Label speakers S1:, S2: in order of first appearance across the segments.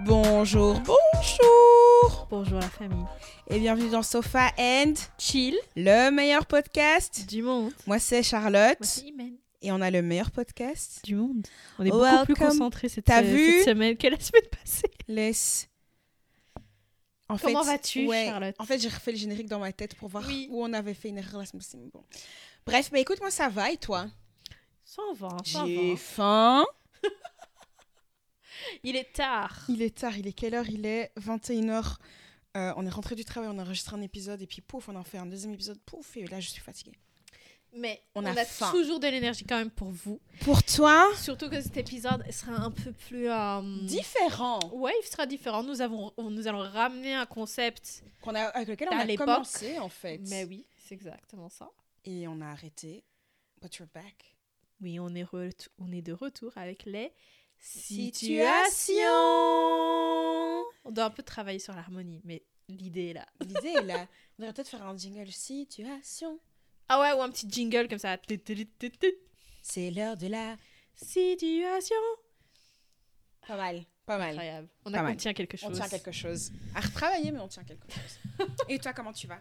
S1: Bonjour, bonjour
S2: Bonjour la famille.
S1: et bienvenue dans Sofa and
S2: Chill
S1: le meilleur podcast.
S2: du monde.
S1: Moi c'est Charlotte
S2: Moi, c'est Imen.
S1: et on a le meilleur podcast.
S2: Du monde. On est beaucoup
S1: Welcome.
S2: plus concentrés cette,
S1: T'as
S2: se-
S1: vu
S2: cette semaine que la semaine passée.
S1: Laisse. En
S2: Comment vas-tu,
S1: ouais,
S2: Charlotte
S1: En fait, j'ai refait le générique dans ma tête pour voir
S2: Oui.
S1: où on avait fait une erreur la semaine passée, mais Bon. Bref, bah écoute, moi ça va et toi
S2: 120,
S1: J'ai faim.
S2: Il est tard.
S1: Il est tard, il est quelle heure Il est 21h. Euh, on est rentré du travail, on a enregistré un épisode et puis pouf, on en fait un deuxième épisode, pouf, et là je suis fatiguée.
S2: Mais
S1: On
S2: on,
S1: a
S2: a,
S1: faim.
S2: toujours de l'énergie quand même pour vous.
S1: Pour toi,
S2: Surtout que cet épisode sera un peu plus... euh,
S1: différent.
S2: Ouais, il sera différent. Nous, avons, on- nous allons ramener un concept.
S1: qu'on a, avec lequel on
S2: À
S1: a
S2: l'époque.
S1: commencé en fait.
S2: Mais oui, c'est exactement ça.
S1: Et on a arrêté. But you're back.
S2: Oui, on est, re- on est de retour avec les
S1: Situation.
S2: On doit un peu travailler sur l'harmonie, mais l'idée est là.
S1: L'idée est là. On devrait peut-être faire un jingle situation.
S2: Ah ouais, ou un petit jingle comme ça. Tut, tut, tut, tut.
S1: C'est l'heure de la.
S2: Situation.
S1: Pas mal, pas mal.
S2: Incroyable. On
S1: Pas
S2: a,
S1: mal.
S2: on tient quelque chose.
S1: On tient quelque chose. À retravailler, mais on tient quelque chose. Et toi, comment tu vas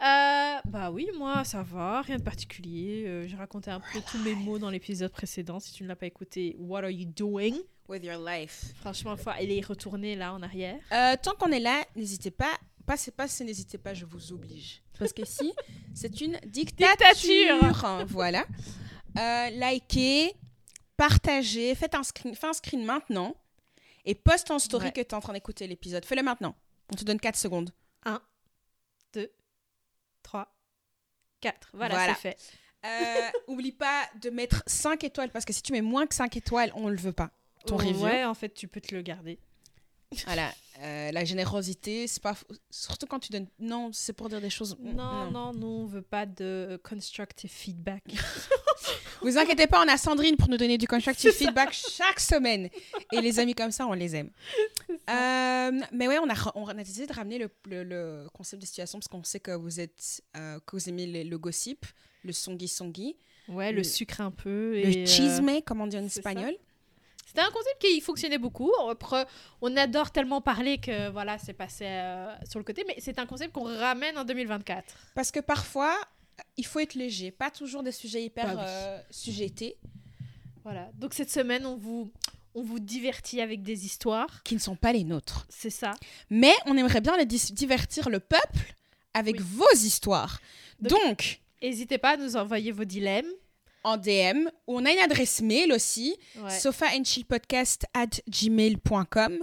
S2: Euh, bah oui, moi, ça va, rien de particulier. Euh, J'ai raconté un peu tous mes mots dans l'épisode précédent. Si tu ne l'as pas écouté, what are you doing
S1: With your life.
S2: Franchement, faut aller retourner là en arrière.
S1: Euh, tant qu'on est là, n'hésitez pas. Passez pas, si n'hésitez pas, je vous oblige. Parce que si, c'est une dictature.
S2: Dictature.
S1: voilà. Euh, likez, partagez, faites un screen, fais un screen maintenant et poste en story
S2: Ouais.
S1: que tu es en train d'écouter l'épisode. Fais-le maintenant. On te donne 4 secondes.
S2: 3, 4. Voilà,
S1: Voilà.
S2: c'est fait.
S1: Euh, oublie pas de mettre 5 étoiles parce que si tu mets moins que 5 étoiles, on le veut pas. Ton review.
S2: Ouais, en fait, tu peux te le garder.
S1: Voilà. Euh, la générosité, c'est pas. Surtout quand tu donnes. Non, c'est pour dire des choses. mm,
S2: Non, non, non, on veut pas de constructive feedback.
S1: Vous inquiétez pas, on a Sandrine pour nous donner du constructive
S2: C'est ça.
S1: feedback chaque semaine. Et les amis comme ça, on les aime. Euh, mais ouais, on a, on a décidé de ramener le, le- le concept des situations parce qu'on sait que vous êtes, euh, que vous aimez le, le gossip, le songi songi,
S2: Ouais, le,
S1: Le-
S2: sucre un peu.
S1: le
S2: et, euh,
S1: chisme, comme on dit en
S2: c'est
S1: espagnol.
S2: C'était un concept qui fonctionnait beaucoup. Après, on adore tellement parler que voilà, c'est passé euh, sur le côté. Mais c'est un concept qu'on ramène en 2024.
S1: Parce que parfois, il faut être léger, pas toujours des sujets hyper
S2: Bah oui.
S1: euh, sujetés
S2: Voilà. Donc cette semaine, on vous, on vous divertit avec des histoires.
S1: qui ne sont pas les nôtres.
S2: C'est ça.
S1: Mais on aimerait bien les dis- divertir le peuple avec
S2: Oui.
S1: vos histoires.
S2: Donc-
S1: Donc
S2: N'hésitez pas à nous envoyer vos dilemmes.
S1: en DM. On a une adresse mail aussi,
S2: Ouais.
S1: sofaandchillpodcast at gmail.com,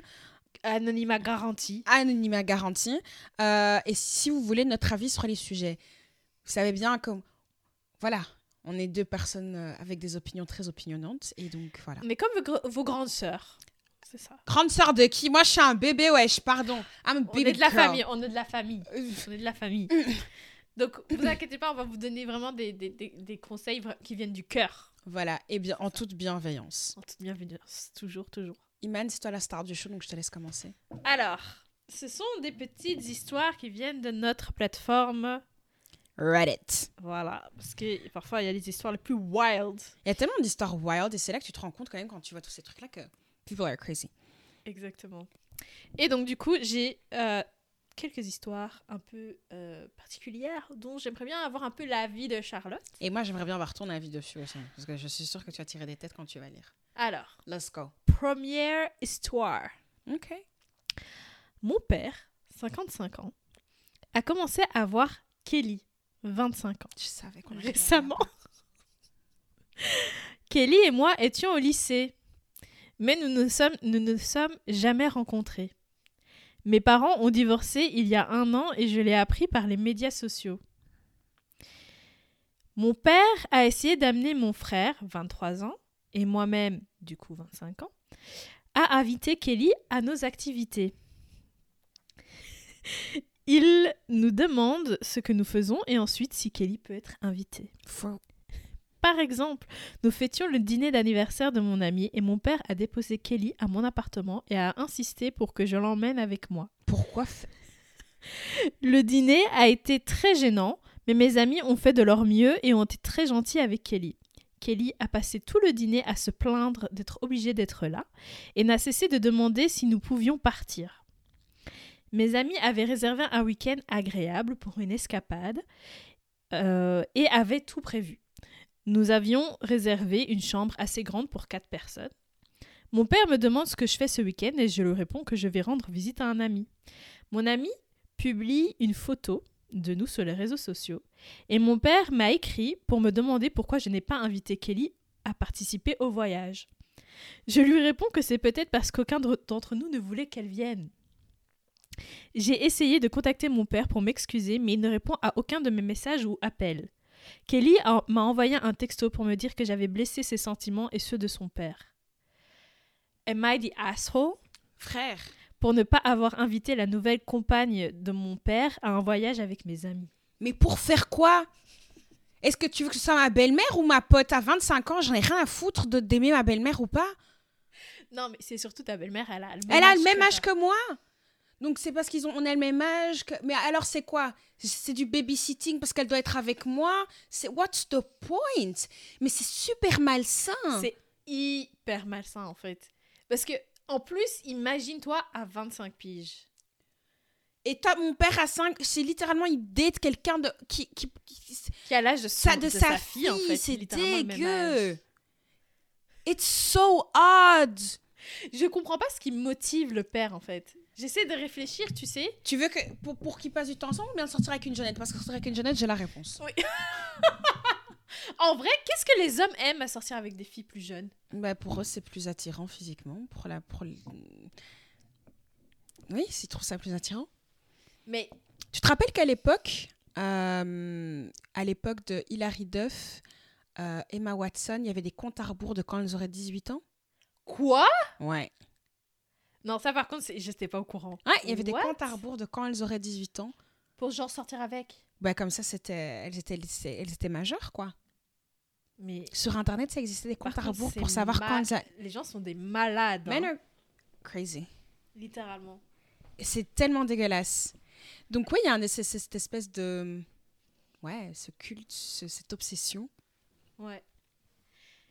S2: Anonymat garanti.
S1: anonymat garanti. Euh, et si vous voulez notre avis sur les sujets, vous savez bien que, voilà, on est deux personnes euh, avec des opinions très opinionnantes. Et donc, voilà.
S2: Mais comme vos, gr- vos grandes sœurs. C'est ça.
S1: Grande sœur de qui Moi, je suis un bébé, wesh, pardon. I'm a
S2: On
S1: baby
S2: est de la
S1: girl.
S2: famille. On est de la famille.
S1: Euh,
S2: On est de la famille. Donc, vous inquiétez pas, on va vous donner vraiment des, des, des- des conseils vra- qui viennent du cœur.
S1: Voilà, et bien, en toute bienveillance.
S2: En toute bienveillance. Toujours, toujours.
S1: Iman, c'est toi la star du show, donc je te laisse commencer.
S2: Alors, ce sont des petites histoires qui viennent de notre plateforme.
S1: Reddit.
S2: Voilà, parce que parfois il y a les histoires les plus wild.
S1: Il y a tellement d'histoires wild, et c'est là que tu te rends compte quand même quand tu vois tous ces trucs-là que people are crazy.
S2: Exactement. Et donc du coup, j'ai euh, quelques histoires un peu euh, particulières dont j'aimerais bien avoir un peu l'avis de Charlotte.
S1: Et moi, j'aimerais bien avoir ton avis dessus aussi, parce que je suis sûre que tu vas tirer des têtes quand tu vas lire.
S2: Alors,
S1: Let's go.
S2: première histoire.
S1: Ok.
S2: Mon père, 55 ans, a commencé à voir Kelly, 25 ans.
S1: Je savais qu'on arriverait
S2: récemment.
S1: là-bas.
S2: Kelly et moi étions au lycée, mais nous ne sommes, nous ne sommes jamais rencontrés. Mes parents ont divorcé il y a un an et je l'ai appris par les médias sociaux. Mon père a essayé d'amener mon frère, 23 ans, et moi-même, du coup 25 ans, à inviter Kelly à nos activités. Il nous demande ce que nous faisons et ensuite si Kelly peut être invitée.
S1: Faux.
S2: Par exemple, nous fêtions le dîner d'anniversaire de mon ami et mon père a déposé Kelly à mon appartement et a insisté pour que je l'emmène avec moi.
S1: Pourquoi faire
S2: Le dîner a été très gênant, mais mes amis ont fait de leur mieux et ont été très gentils avec Kelly. Kelly a passé tout le dîner à se plaindre d'être obligée d'être là et n'a cessé de demander si nous pouvions partir. Mes amis avaient réservé un week-end agréable pour une escapade euh, et avaient tout prévu. Nous avions réservé une chambre assez grande pour quatre personnes. Mon père me demande ce que je fais ce week-end et je lui réponds que je vais rendre visite à un ami. Mon ami publie une photo de nous sur les réseaux sociaux et mon père m'a écrit pour me demander pourquoi je n'ai pas invité Kelly à participer au voyage. Je lui réponds que c'est peut-être parce qu'aucun d'entre nous ne voulait qu'elle vienne. J'ai essayé de contacter mon père pour m'excuser, mais il ne répond à aucun de mes messages ou appels. Kelly a- m'a envoyé un texto pour me dire que j'avais blessé ses sentiments et ceux de son père. Am I the asshole
S1: Frère.
S2: pour ne pas avoir invité la nouvelle compagne de mon père à un voyage avec mes amis.
S1: Mais pour faire quoi Est-ce que tu veux que ce soit ma belle-mère ou ma pote À 25 ans, j'en ai rien à foutre de d'aimer ma belle-mère ou pas.
S2: Non, mais c'est surtout ta belle-mère, elle a le même
S1: Elle a
S2: âge,
S1: le même âge
S2: toi.
S1: que moi. Donc c'est parce qu'ils ont on a le même âge que mais alors c'est quoi C'est du babysitting parce qu'elle doit être avec moi. C'est what's the point Mais c'est super malsain.
S2: C'est hyper malsain en fait. Parce que, en plus, imagine-toi à 25 piges.
S1: Et toi mon père à 5, c'est littéralement il date quelqu'un de qui, qui, qui-
S2: Qui a l'âge de, son-
S1: ça de, sa, fille,
S2: en fait.
S1: c'est
S2: littéralement le même âge.
S1: dégueu. It's so odd.
S2: Je comprends pas ce qui motive le père en fait. J'essaie de réfléchir, tu sais.
S1: Tu veux que pour, pour qu'ils passent du temps ensemble ou bien sortir avec une jeunette Parce que sortir avec une jeunette, j'ai la réponse.
S2: En vrai, qu'est-ce que les hommes aiment à sortir avec des filles plus jeunes
S1: Bah pour eux, c'est plus attirant physiquement. Pour la, pour l- Oui, ils trouvent ça plus attirant.
S2: Mais
S1: Tu te rappelles qu'à l'époque, euh, à l'époque de Hilary Duff, euh, Emma Watson, il y avait des comptes à rebours de quand elles auraient 18 ans
S2: quoi
S1: Ouais.
S2: Non, ça par contre, c'est- j'étais pas au courant.
S1: Ouais, il y avait des
S2: What
S1: comptes à rebours de quand elles auraient 18 ans.
S2: Pour genre sortir avec.
S1: Bah comme ça, c'était, elles étaient, lycée- elles étaient majeures, quoi.
S2: Mais
S1: Sur Internet, ça existait des
S2: Par
S1: comptes à
S2: contre,
S1: rebours
S2: c'est
S1: pour savoir quand
S2: ma-
S1: elles... a-
S2: les gens sont des malades. hein.
S1: Men are crazy.
S2: Littéralement.
S1: c'est tellement dégueulasse. Donc oui, il y a un- c'est- c'est cette espèce de... Ouais, ce culte, ce- cette obsession
S2: Ouais.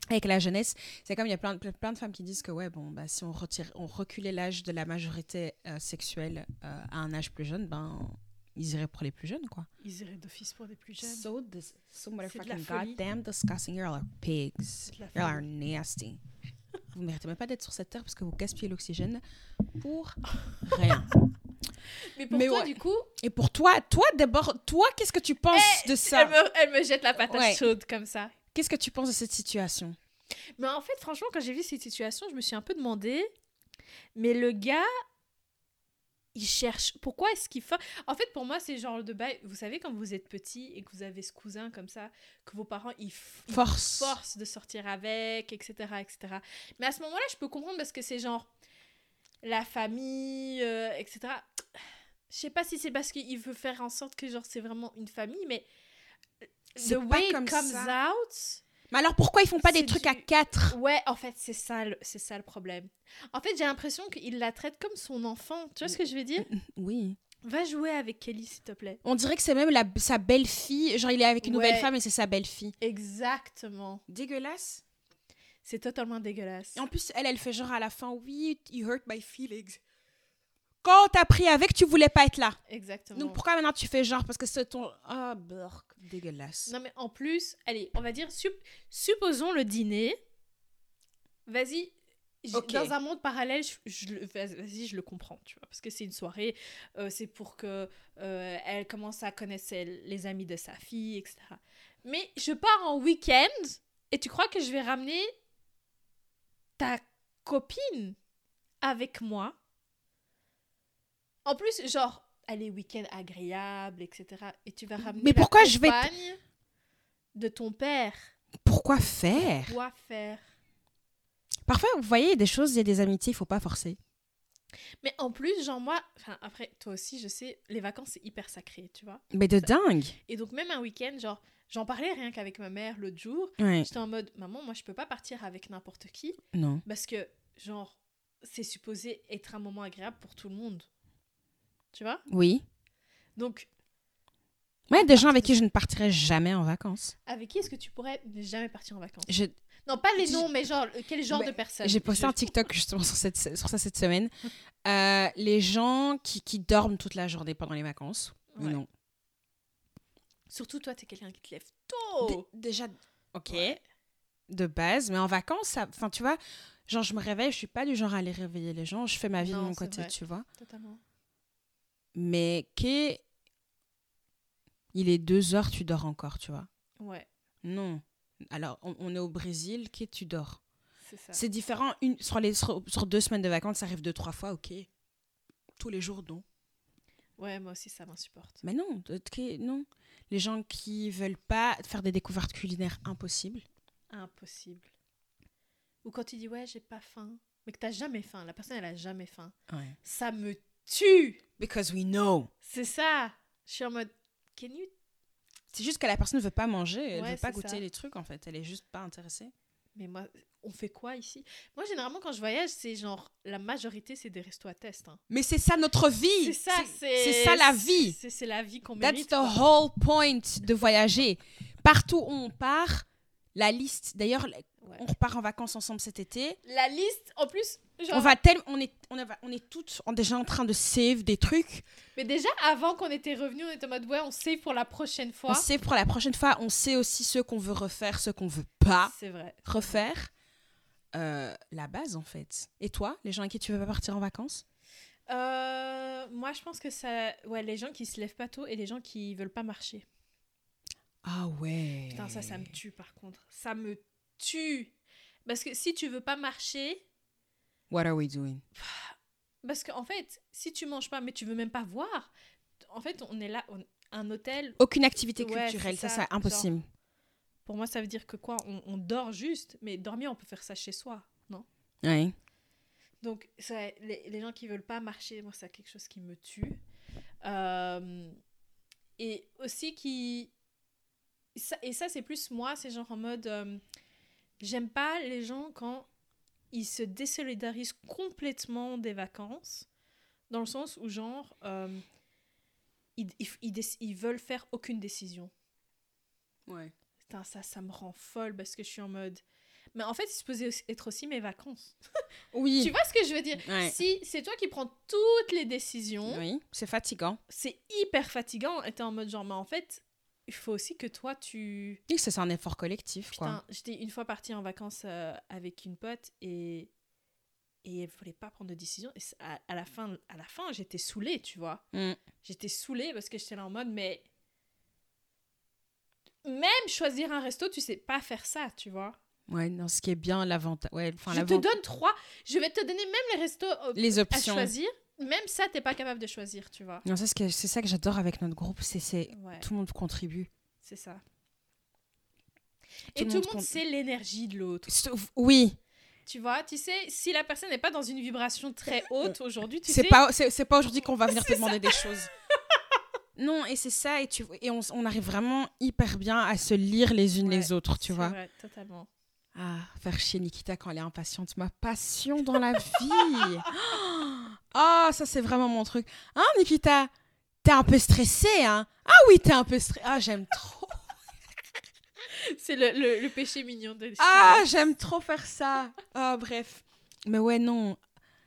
S1: avec la jeunesse. C'est comme il y a plein de, plein de femmes qui disent que ouais, bon, bah, si on, retire, on reculait l'âge de la majorité euh, sexuelle euh, à un âge plus jeune, ben, ils iraient pour les plus jeunes, quoi.
S2: Ils iraient d'office pour des plus jeunes.
S1: So, dis- so
S2: la
S1: motherfucking
S2: folie.
S1: goddamn disgusting. You're like pigs.
S2: de la
S1: You're like nasty. Vous méritez même pas d'être sur cette terre parce que vous gaspillez l'oxygène pour rien.
S2: Mais pour
S1: Mais
S2: toi,
S1: ouais.
S2: du coup,
S1: Et pour toi, toi d'abord, toi, qu'est-ce que tu penses
S2: Eh,
S1: de ça
S2: elle me, elle me jette la patate
S1: Ouais.
S2: chaude comme ça.
S1: Qu'est-ce que tu penses de cette situation
S2: Mais en fait, franchement, quand j'ai vu cette situation, je me suis un peu demandé. Mais le gars, il cherche. Pourquoi est-ce qu'il fait. En fait, pour moi, c'est le genre de bail. Vous savez, quand vous êtes petit et que vous avez ce cousin comme ça, que vos parents, ils, f- ils
S1: Force.
S2: forcent de sortir avec, etc., etc. Mais à ce moment-là, je peux comprendre parce que c'est genre. La famille, euh, etc. Je sais pas si c'est parce qu'il veut faire en sorte que genre c'est vraiment une famille, mais.
S1: C'est
S2: The
S1: pas
S2: way it
S1: comme
S2: comes
S1: ça.
S2: out.
S1: Mais alors pourquoi ils font pas des
S2: C'est
S1: trucs
S2: du-
S1: à quatre
S2: Ouais, en fait, c'est ça, le- c'est ça le problème. En fait, j'ai l'impression qu'il la traite comme son enfant. Tu vois ce que je veux dire
S1: Oui.
S2: Va jouer avec Kelly, s'il te plaît.
S1: On dirait que c'est même la, sa belle-fille. Genre, il est avec une
S2: Ouais.
S1: nouvelle femme et c'est sa belle-fille.
S2: Exactement.
S1: Dégueulasse.
S2: C'est totalement dégueulasse.
S1: Et en plus, elle, elle fait genre à la fin, oui, you hurt my feelings. Quand t'as pris avec, tu voulais pas être là.
S2: Exactement.
S1: Donc pourquoi maintenant tu fais genre Parce que c'est ton... Ah, burk. Dégueulasse.
S2: Non, mais en plus, allez, on va dire, sup- supposons le dîner. Vas-y. j-
S1: Ok.
S2: Dans un monde parallèle, je, je le- vas- vas-y, je le comprends, tu vois, parce que c'est une soirée, euh, c'est pour que euh, elle commence à connaître ses- les amis de sa fille, etc. Mais je pars en week-end et tu crois que je vais ramener ta copine avec moi En plus, genre, allez, week-end agréable, etc. Et tu vas ramener
S1: Mais
S2: la
S1: pourquoi je vais te-
S2: compagne de ton père
S1: Pourquoi faire
S2: Quoi faire
S1: Parfois, vous voyez, il y a des choses, il y a des amitiés, il faut pas forcer.
S2: Mais en plus, genre moi, enfin après, toi aussi, je sais, les vacances, c'est hyper sacré, tu vois.
S1: Mais de dingue.
S2: Et donc même un week-end, genre, j'en parlais rien qu'avec ma mère l'autre jour.
S1: Ouais.
S2: J'étais en mode, maman, moi, je peux pas partir avec n'importe qui
S1: Non.
S2: parce que, genre, c'est supposé être un moment agréable pour tout le monde. Tu vois
S1: Oui.
S2: Donc,
S1: Ouais, des gens avec qui je ne partirai jamais en vacances.
S2: Avec qui est-ce que tu pourrais ne jamais partir en vacances
S1: Je-
S2: Non, pas les
S1: Je-
S2: noms, mais genre, euh, quel genre
S1: Ouais,
S2: de personne
S1: J'ai posté
S2: Je-
S1: un TikTok justement sur, cette, sur ça cette semaine. Euh, les gens qui, qui dorment toute la journée pendant les vacances. ou
S2: Ouais.
S1: Non.
S2: Surtout toi, t'es quelqu'un qui te lève tôt.
S1: Dé- déjà, Oh. ok.
S2: Ouais.
S1: De base, mais en vacances, ça- enfin, tu vois, genre, je me réveille, je suis pas du genre à aller réveiller les gens, je fais ma vie
S2: Non,
S1: de mon
S2: c'est
S1: côté,
S2: vrai.
S1: tu vois.
S2: Totalement.
S1: Mais qu'est. Il est deux heures, tu dors encore, tu vois.
S2: Ouais,
S1: Non. Alors, on, on est au Brésil, qu'est tu dors.
S2: c'est ça.
S1: C'est différent. Une, sur, les, sur, sur deux semaines de vacances, ça arrive deux, trois fois, ok. Tous les jours, non.
S2: Ouais, moi aussi, ça m'insupporte.
S1: Mais non, de- ok, non. Les gens qui veulent pas faire des découvertes culinaires impossibles.
S2: Impossible. Ou quand tu dis, ouais, j'ai pas faim, mais que t'as jamais faim, la personne, elle a jamais faim.
S1: Ouais.
S2: Ça me tue
S1: Because we know.
S2: C'est ça Je suis en mode, can you
S1: C'est juste que la personne ne veut pas manger, elle
S2: Ouais,
S1: veut pas
S2: c'est
S1: goûter
S2: ça.
S1: les trucs en fait, elle est juste pas intéressée.
S2: Mais moi, on fait quoi ici Moi, généralement, quand je voyage, c'est genre la majorité, c'est des restos à test. hein.
S1: Mais c'est ça notre vie.
S2: C'est ça, c'est
S1: c'est ça la vie.
S2: C'est c'est la vie qu'on
S1: That's
S2: mérite.
S1: the whole point de voyager. Partout où on part, la liste. D'ailleurs,
S2: Ouais.
S1: on repart en vacances ensemble cet été.
S2: La liste, en plus, genre,
S1: On va tel- on est, on, a- on est toutes en- déjà en train de save des trucs.
S2: mais déjà avant qu'on était revenus, on était en mode ouais, on sait pour la prochaine fois.
S1: On sait pour la prochaine fois. On sait aussi ce qu'on veut refaire, ce qu'on veut pas
S2: C'est vrai.
S1: refaire. Euh, la base en fait. Et toi, les gens à qui tu veux pas partir en vacances
S2: Euh, moi, je pense que ça, ouais, les gens qui se lèvent pas tôt et les gens qui veulent pas marcher.
S1: Ah ouais.
S2: Putain, ça, ça me tue par contre. Ça me tue. Parce que si tu veux pas marcher,
S1: What are we doing
S2: parce qu'en fait, si tu manges pas, mais tu veux même pas voir, en fait, on est là, on- un hôtel,
S1: Aucune activité
S2: Ouais,
S1: culturelle,
S2: c'est
S1: ça,
S2: ça,
S1: c'est impossible.
S2: Pour moi, ça veut dire que quoi on, on dort juste, mais dormir, on peut faire ça chez soi, non
S1: Ouais.
S2: Donc, ça, les, les gens qui veulent pas marcher, moi, c'est quelque chose qui me tue. Euh, et aussi qui... ça- et ça, c'est plus moi, c'est genre en mode... euh, J'aime pas les gens quand ils se désolidarisent complètement des vacances, dans le sens où, genre, euh, ils- ils- ils déc- ils veulent faire aucune décision.
S1: Ouais.
S2: Putain, ça, ça me rend folle parce que je suis en mode. Mais en fait, c'est supposé aussi- être aussi mes vacances.
S1: Oui.
S2: Tu vois ce que je veux dire
S1: Ouais.
S2: Si c'est toi qui prends toutes les décisions,
S1: Oui, c'est fatigant.
S2: c'est hyper fatigant. Et t'es en mode genre, mais en fait, il faut aussi que toi, tu.
S1: Et ça, c'est un effort collectif, quoi.
S2: Putain, j'étais une fois partie en vacances euh, avec une pote et. Et elle voulait pas prendre de décision. Et ça- à, à la fin, à la fin j'étais saoulée, tu vois.
S1: Mm.
S2: J'étais saoulée parce que j'étais là en mode, mais. Même choisir un resto, tu sais pas faire ça, tu vois.
S1: Ouais, non, ce qui est bien, l'avantage. Ouais, enfin,
S2: je te
S1: l'avantage-
S2: donne trois. Je vais te donner même les restos euh,
S1: Les
S2: à
S1: options.
S2: choisir. Même ça, t'es pas capable de choisir, tu vois.
S1: Non, ça, ce que- c'est ça que j'adore avec notre groupe, c'est c'est
S2: Ouais,
S1: tout le monde contribue.
S2: c'est ça.
S1: Tout
S2: Et
S1: le monde
S2: tout le monde
S1: compte.
S2: sait l'énergie de l'autre.
S1: Sauf- Oui,
S2: Tu vois, tu sais, si la personne n'est pas dans une vibration très haute aujourd'hui, tu sais.
S1: c'est pas c'est c'est pas aujourd'hui qu'on va venir te demander des choses. Non, et c'est ça, et, tu, et on, on arrive vraiment hyper bien à se lire les unes
S2: Ouais,
S1: les autres, tu
S2: C'est
S1: vois.
S2: vrai, totalement.
S1: Ah, faire chier Nikita quand elle est impatiente, ma passion dans la vie. Ah, ça c'est vraiment mon truc. Hein, Nikita, t'es un peu stressée, hein Ah oui, t'es un peu stressée. Ah, j'aime trop.
S2: C'est le, le- le péché mignon de
S1: Ah, j'aime trop faire ça. Ah, bref. Mais ouais, non.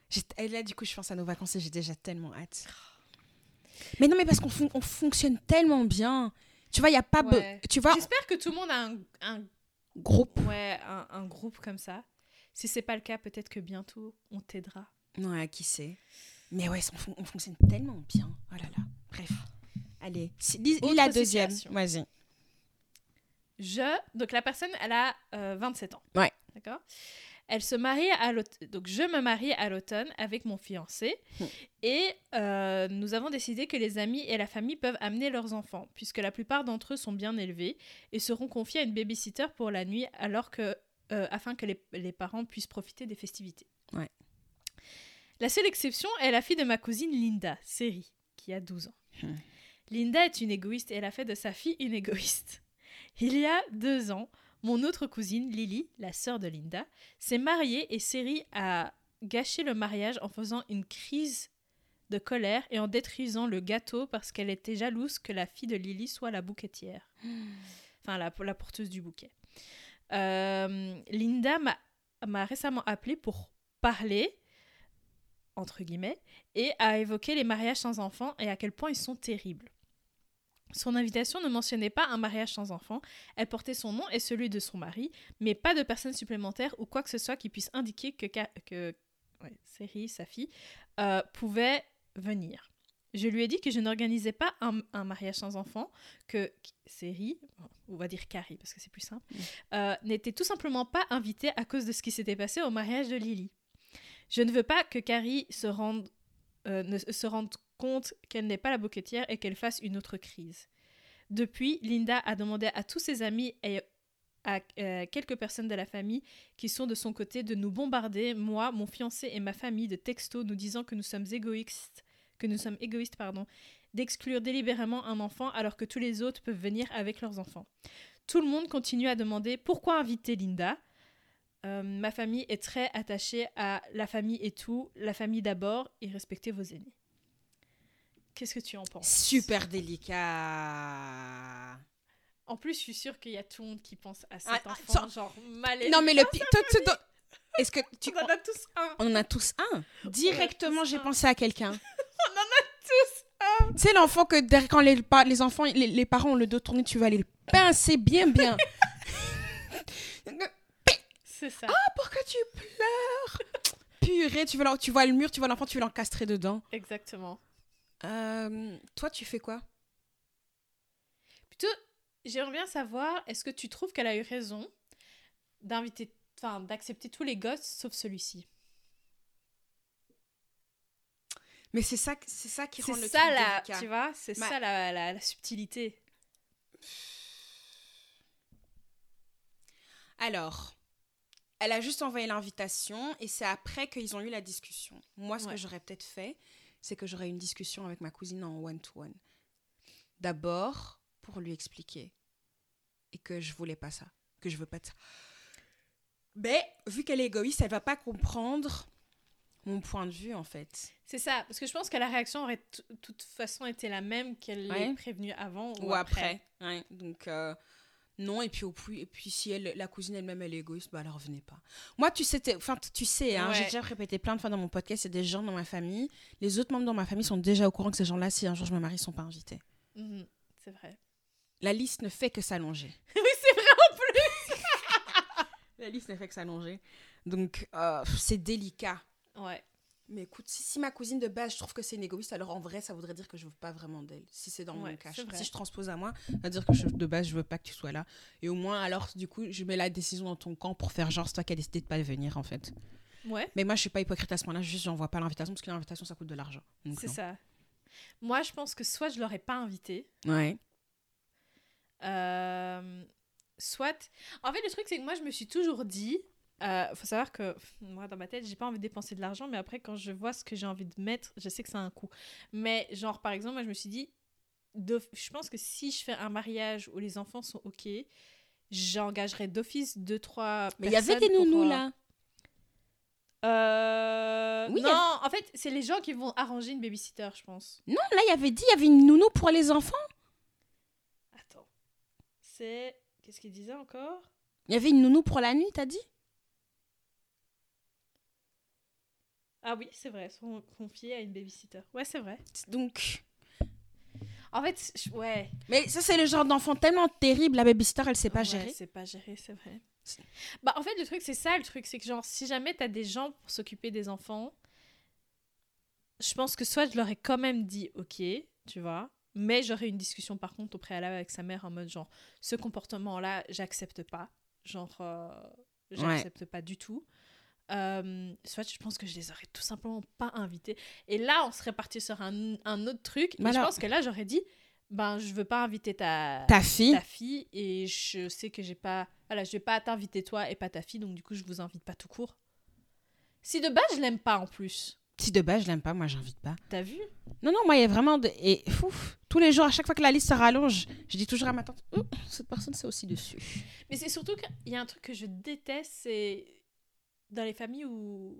S1: J'ai- Et là, du coup, je pense à nos vacances et j'ai déjà tellement hâte. Mais non, mais parce qu'on fon- on fonctionne tellement bien. Tu vois, il y a pas... be-
S2: Ouais.
S1: Tu vois,
S2: J'espère que tout le monde a un, un-
S1: groupe.
S2: ouais, un, un groupe comme ça. Si c'est pas le cas, peut-être que bientôt, on t'aidera.
S1: Ouais, qui sait. Mais ouais, on, fon- on fonctionne tellement bien. Oh là là. Bref. Allez, si- lis, lis
S2: Autre
S1: la deuxième.
S2: situation.
S1: Vas-y.
S2: Je, donc la personne, elle a euh, 27 ans.
S1: Ouais.
S2: D'accord Elle se marie à l'automne. Donc je me marie à l'automne avec mon fiancé.
S1: Hmm.
S2: Et euh, nous avons décidé que les amis et la famille peuvent amener leurs enfants, puisque la plupart d'entre eux sont bien élevés et seront confiés à une babysitter pour la nuit, alors que, euh, afin que les, les parents puissent profiter des festivités.
S1: Ouais.
S2: La seule exception est la fille de ma cousine Linda, Seri, qui a 12 ans.
S1: Hmm.
S2: Linda est une égoïste et elle a fait de sa fille une égoïste. Il y a deux ans, mon autre cousine, Lily, la sœur de Linda, s'est mariée et Seri a gâché le mariage en faisant une crise de colère et en détruisant le gâteau parce qu'elle était jalouse que la fille de Lily soit la bouquetière. Enfin, la, la porteuse du bouquet. Euh, Linda m'a- m'a récemment appelé pour parler, entre guillemets, et a évoqué les mariages sans enfants et à quel point ils sont terribles. Son invitation ne mentionnait pas un mariage sans enfants, elle portait son nom et celui de son mari, mais pas de personne supplémentaire ou quoi que ce soit qui puisse indiquer que, Ca- que ouais, Série, sa fille, euh, pouvait venir. Je lui ai dit que je n'organisais pas un, un mariage sans enfants, que Série, on va dire Carrie parce que c'est plus simple, euh, n'était tout simplement pas invitée à cause de ce qui s'était passé au mariage de Lily. Je ne veux pas que Carrie se rende, euh, ne se rende compte qu'elle n'est pas la bouquetière et qu'elle fasse une autre crise. Depuis, Linda a demandé à tous ses amis et à euh, quelques personnes de la famille qui sont de son côté de nous bombarder, moi, mon fiancé et ma famille, de textos nous disant que nous sommes égoïstes, que nous sommes égoïstes, pardon, d'exclure délibérément un enfant alors que tous les autres peuvent venir avec leurs enfants. Tout le monde continue à demander pourquoi inviter Linda. Euh, ma famille est très attachée à la famille et tout, la famille d'abord et respecter vos aînés. Qu'est-ce que tu en penses
S1: Super délicat.
S2: En plus, je suis sûre qu'il y a tout le monde qui pense à cet
S1: Ah, ah,
S2: enfant, genre malaise.
S1: Non, mais le pire. toi, tu dois- Est-ce que tu.
S2: on en a tous un.
S1: On en a tous un. Directement,
S2: tous
S1: j'ai
S2: un.
S1: pensé à quelqu'un.
S2: On en a tous.
S1: Tu sais, l'enfant que derrière- quand les, pa- les enfants, les, les parents ont le dos tourné, tu vas les pincer bien, bien.
S2: C'est ça.
S1: Pourquoi tu pleures Purée, tu, veux l'en- tu vois le mur, tu vois l'enfant, tu veux l'encastrer dedans.
S2: Exactement.
S1: Euh, toi, tu fais quoi
S2: Plutôt, j'aimerais bien savoir, est-ce que tu trouves qu'elle a eu raison d'inviter, enfin, d'accepter tous les gosses sauf celui-ci
S1: Mais c'est ça, c'est ça qui
S2: C'est
S1: rend le
S2: ça
S1: truc
S2: la,
S1: délicat.
S2: tu vois, c'est
S1: Ma-
S2: ça la, la- la subtilité.
S1: Alors, elle a juste envoyé l'invitation et c'est après qu'ils ont eu la discussion. Moi, ce
S2: Ouais.
S1: que j'aurais peut-être fait, c'est que j'aurais eu une discussion avec ma cousine en one-to-one. D'abord, pour lui expliquer. Et que je voulais pas ça. Que je veux pas de ça. Mais, vu qu'elle est égoïste, elle va pas comprendre mon point de vue, en fait.
S2: C'est ça, parce que je pense que la réaction aurait t- de toute façon été la même qu'elle
S1: Ouais.
S2: l'ait prévenue avant ou,
S1: Ou après. Ouais. Donc, euh, non. Et puis, au plus, et puis si elle, la cousine elle-même, elle est égoïste, bah, alors venez pas. Moi, tu sais, t'es- enfin, t- tu sais, hein, j'ai
S2: Ouais.
S1: déjà répété plein de fois dans mon podcast, c'est des gens dans ma famille. Les autres membres dans ma famille sont déjà au courant que ces gens-là, si un jour je me marie, sont pas invités.
S2: Mhm, c'est vrai.
S1: La liste ne fait que s'allonger.
S2: oui, c'est vrai.
S1: La liste ne fait que s'allonger. Donc, euh, c'est délicat.
S2: Ouais.
S1: Mais écoute, si, si ma cousine de base, je trouve que c'est une égoïste, alors en vrai, ça voudrait dire que je veux pas vraiment d'elle. Si c'est dans
S2: Ouais,
S1: mon cas,
S2: c'est vrai.
S1: si je transpose à moi, ça veut dire que je- de base, je veux pas que tu sois là. Et au moins, alors, du coup, je mets la décision dans ton camp pour faire genre, c'est toi qui as décidé de pas venir, en fait.
S2: Ouais.
S1: Mais moi, je suis pas hypocrite à ce point-là, juste j'envoie pas l'invitation parce que l'invitation, ça coûte de l'argent. Donc,
S2: C'est
S1: non.
S2: ça. Moi, je pense que soit je l'aurais pas invité,
S1: Ouais.
S2: euh, soit. En fait, le truc, c'est que moi, je me suis toujours dit. euh, faut savoir que pff, moi, dans ma tête, j'ai pas envie de dépenser de l'argent, mais après, quand je vois ce que j'ai envie de mettre, je sais que ça a un coût. Mais, genre, par exemple, moi, je me suis dit. d'off- Je pense que si je fais un mariage où les enfants sont OK, j'engagerai d'office deux, trois.
S1: Mais il y avait des
S2: personnes pour,
S1: nounous
S2: euh,
S1: là.
S2: euh,
S1: Oui, il y
S2: non, en fait, c'est les gens qui vont arranger une babysitter, je pense.
S1: Non, Ah, là, il y avait dit, il y avait une nounou pour les enfants.
S2: Attends. C'est. Qu'est-ce qu'il disait encore
S1: Il y avait une nounou pour la nuit, t'as dit
S2: Ah oui, c'est vrai, sont confiés à une babysitter. Ouais, c'est vrai.
S1: Donc.
S2: En fait, je- ouais.
S1: Mais ça, c'est le genre d'enfant tellement terrible, la babysitter, elle sait pas
S2: Ouais,
S1: gérer.
S2: C'est pas géré, c'est vrai.
S1: C'est-
S2: Bah, en fait, le truc, c'est ça, le truc, c'est que genre, si jamais t'as des gens pour s'occuper des enfants, je pense que soit je leur ai quand même dit, ok, tu vois, mais j'aurais une discussion par contre au préalable avec sa mère en mode genre, ce comportement-là, j'accepte pas. Genre, euh, j'accepte pas du tout. Euh, soit je pense que je les aurais tout simplement pas invités. Et là, on serait parti sur un, un autre truc. Mais
S1: Bah
S2: je
S1: alors-
S2: pense que là, j'aurais dit, ben, je veux pas inviter ta,
S1: Ta fille
S2: ta fille et je sais que j'ai pas voilà je vais pas t'inviter toi et pas ta fille donc du coup je vous invite pas tout court si de base je l'aime pas en plus
S1: Si de base, je l'aime pas, moi, j'invite pas.
S2: t'as vu
S1: Non, non, moi, il y a vraiment. De... Et fouf, tous les jours, à chaque fois que la liste se rallonge, je dis toujours à ma tante Ouh, cette personne, c'est aussi dessus.
S2: mais c'est surtout qu'il y a un truc que je déteste c'est dans les familles où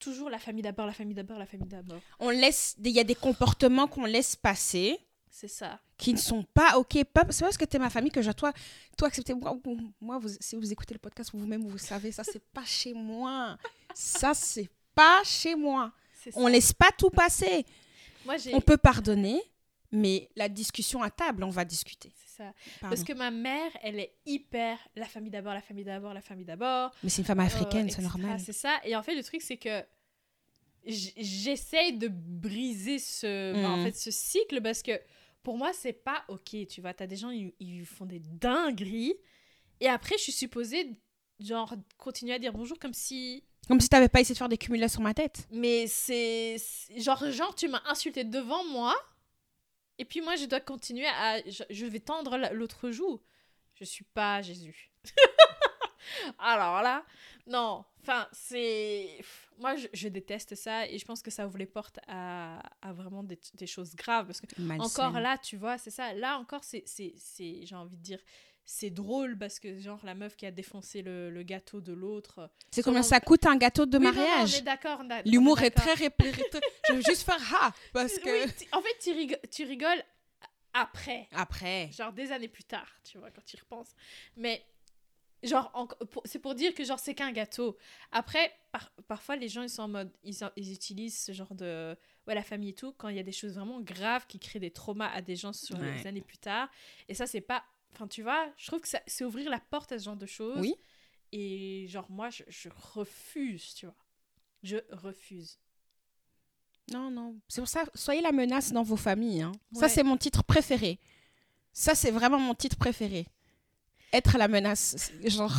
S2: toujours la famille d'abord, la famille d'abord, la famille d'abord.
S1: On laisse, il y a des comportements qu'on laisse passer
S2: C'est ça.
S1: qui ne sont pas ok. Pas, c'est pas parce que t'es ma famille que je dois toi, toi accepter. Moi, vous- moi, vous- si vous écoutez le podcast vous-même, vous savez, ça c'est pas chez moi. Ça c'est pas chez moi.
S2: C'est ça.
S1: On laisse pas tout passer.
S2: Moi, j'ai.
S1: On peut pardonner, mais la discussion à table, on va discuter.
S2: C'est ça.
S1: Pardon.
S2: Parce que ma mère, elle est hyper la famille d'abord, la famille d'abord, la famille d'abord.
S1: Mais c'est une femme africaine,
S2: euh,
S1: c'est
S2: etc.
S1: normal.
S2: C'est ça. Et en fait, le truc, c'est que j- j'essaye de briser ce, bah, en
S1: Mhm.
S2: fait, ce cycle parce que pour moi, c'est pas OK. Tu vois, t'as des gens, ils, ils font des dingueries. Et après, je suis supposée, genre, continuer à dire bonjour comme si.
S1: Comme si t'avais pas essayé de faire des cumulats sur ma tête.
S2: Mais c'est. c'est- Genre, genre, tu m'as insulté devant moi. Et puis moi, je dois continuer à. Je, je vais tendre la- l'autre joue. Je suis pas Jésus. Alors là, non. Enfin, c'est. pff, Moi, je, je déteste ça et je pense que ça ouvre les portes à, à vraiment des, des choses graves. Parce que, encore là, tu vois, c'est ça. Là encore, c'est. c'est- c'est- J'ai envie de dire. C'est drôle parce que, genre, la meuf qui a défoncé le, le gâteau de l'autre.
S1: C'est
S2: Sur
S1: combien
S2: mon-
S1: ça coûte un gâteau de
S2: Oui, non, non, on est
S1: mariage
S2: d'accord. on a- on
S1: L'humour est
S2: d'accord.
S1: très répété. je veux juste faire ha parce que
S2: Oui, tu- en fait, tu rigoles, tu rigoles après,
S1: après.
S2: genre des années plus tard, tu vois, quand tu y repenses. Mais genre, en- pour- c'est pour dire que genre c'est qu'un gâteau. Après, par- parfois les gens ils sont en mode, ils, en- ils utilisent ce genre de, ouais, la famille et tout, quand il y a des choses vraiment graves qui créent des traumas à des gens sur
S1: Ouais.
S2: les années plus tard. Et ça, c'est pas, enfin, tu vois, je trouve que ça- c'est ouvrir la porte à ce genre de choses.
S1: Oui.
S2: Et genre moi, je, je refuse, tu vois, je refuse.
S1: Non, non. C'est pour ça, soyez la menace dans vos familles. hein.
S2: Ouais.
S1: Ça, c'est mon titre préféré. Ça, c'est vraiment mon titre préféré. Être la menace. c'est- Genre.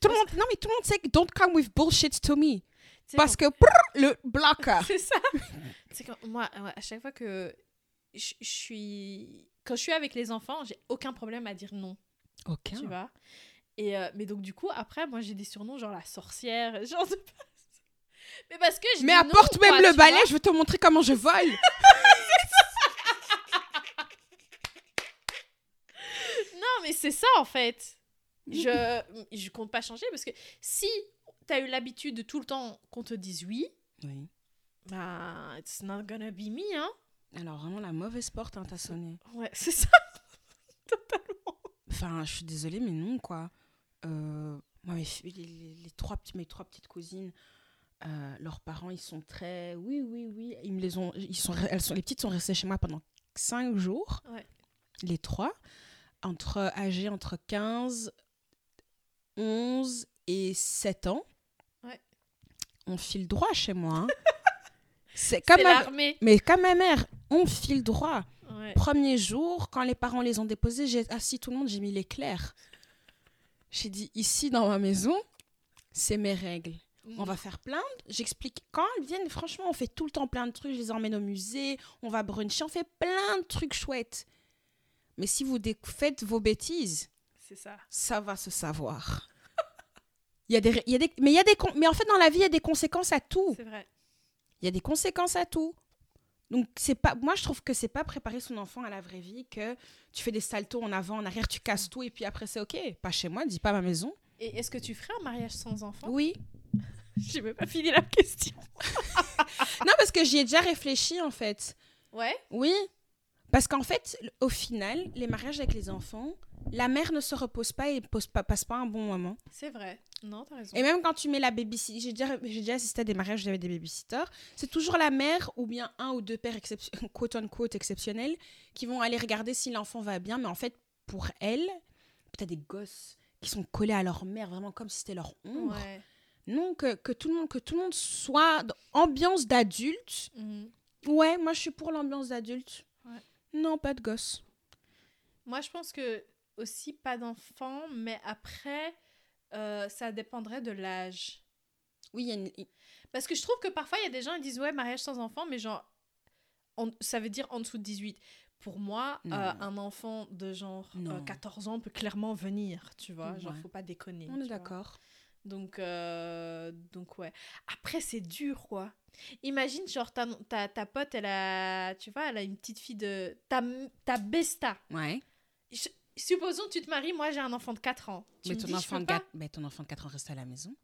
S1: Tout le monde, non, mais tout le monde sait que don't come with bullshit to me.
S2: Tu sais,
S1: Parce que prrr, le blocker.
S2: C'est ça. C'est quand moi, ouais, à chaque fois que je je suis, quand je suis avec les enfants, j'ai aucun problème à dire non,
S1: Ok.
S2: tu vois. Et euh, mais donc du coup après, moi j'ai des surnoms genre la sorcière, genre de Mais parce que je
S1: Mais
S2: dis
S1: apporte
S2: non,
S1: même
S2: quoi,
S1: le
S2: tu vois.
S1: balai, je vais te montrer comment je vole.
S2: Non mais c'est ça en fait. Je je compte pas changer parce que si t'as eu l'habitude de tout le temps qu'on te dise oui,
S1: Oui.
S2: bah it's not gonna be me hein.
S1: Alors, vraiment, la mauvaise porte, hein, t'as sonné.
S2: Ouais, c'est ça.
S1: Enfin, je suis désolée, mais non, quoi. Euh, moi, mes, fi- les, les- les trois, petits- mes trois petites cousines, euh, leurs parents, ils sont très... Oui, oui, oui. Ils me les ont, ils sont, elles sont, les petites sont restées chez moi pendant cinq jours,
S2: Ouais.
S1: les trois, entre, âgées entre 15, 11 et 7 ans.
S2: Ouais.
S1: On file droit chez moi. hein. C'est comme
S2: C'est
S1: ma-
S2: l'armée.
S1: Mais comme ma mère, on file droit.
S2: Ouais.
S1: Premier jour, quand les parents les ont déposés, j'ai assis tout le monde, j'ai mis l'éclair. J'ai dit, ici dans ma maison, c'est mes règles. On va faire plein de... J'explique, quand elles viennent, franchement, on fait tout le temps plein de trucs. Je les emmène au musée, on va bruncher, on fait plein de trucs chouettes. Mais si vous dé- faites vos bêtises,
S2: C'est ça.
S1: ça va se savoir. Il y a des, ré- il y a des, mais, il y a des con- mais en fait, dans la vie, il y a des conséquences à tout.
S2: C'est vrai.
S1: Il y a des conséquences à tout. Donc c'est pas moi je trouve que c'est pas préparer son enfant à la vraie vie que tu fais des saltos en avant, en arrière, tu casses tout et puis après c'est OK, pas chez moi, dis pas à ma maison.
S2: Et est-ce que tu ferais un mariage sans enfant
S1: Oui.
S2: J'ai même pas fini la question.
S1: Non parce que j'y ai déjà réfléchi en fait.
S2: Ouais.
S1: Oui. Parce qu'en fait, l- au final, les mariages avec les enfants, la mère ne se repose pas et pose pas, passe pas un bon moment.
S2: C'est vrai. Non, t'as raison.
S1: Et même quand tu mets la babysitter, j'ai déjà, j'ai déjà assisté à des mariages où j'avais des babysitters, c'est toujours la mère ou bien un ou deux pères exception- quote unquote exceptionnels qui vont aller regarder si l'enfant va bien. Mais en fait, pour elles, t'as des gosses qui sont collés à leur mère vraiment comme si c'était leur ombre.
S2: Ouais.
S1: Non, que, que tout le monde, que tout le monde soit dans ambiance d'adulte.
S2: Mhm.
S1: Ouais, moi je suis pour l'ambiance d'adulte.
S2: Ouais.
S1: Non, pas de gosse.
S2: Moi, je pense que aussi pas d'enfant, mais après, euh, ça dépendrait de l'âge.
S1: Oui, il y a une-
S2: Parce que je trouve que parfois, il y a des gens qui disent ouais, mariage sans enfant, mais genre, en- ça veut dire en dessous de 18. Pour moi,
S1: Non.
S2: euh, un enfant de genre euh,
S1: Non.
S2: 14 ans peut clairement venir, tu vois. Genre,
S1: Ouais.
S2: faut pas déconner.
S1: on est
S2: tu vois.
S1: d'accord.
S2: Donc, euh, donc ouais. Après, c'est dur, quoi. Imagine, genre, ta, ta, ta pote, elle a, tu vois, elle a une petite fille de... Ta, m- ta besta.
S1: Ouais.
S2: Je- supposons que tu te maries, moi, j'ai un enfant de 4 ans. Tu
S1: mais,
S2: me
S1: ton
S2: dis, je
S1: enfant
S2: peux
S1: de
S2: pas
S1: quatre- mais ton enfant de 4 ans reste à la maison.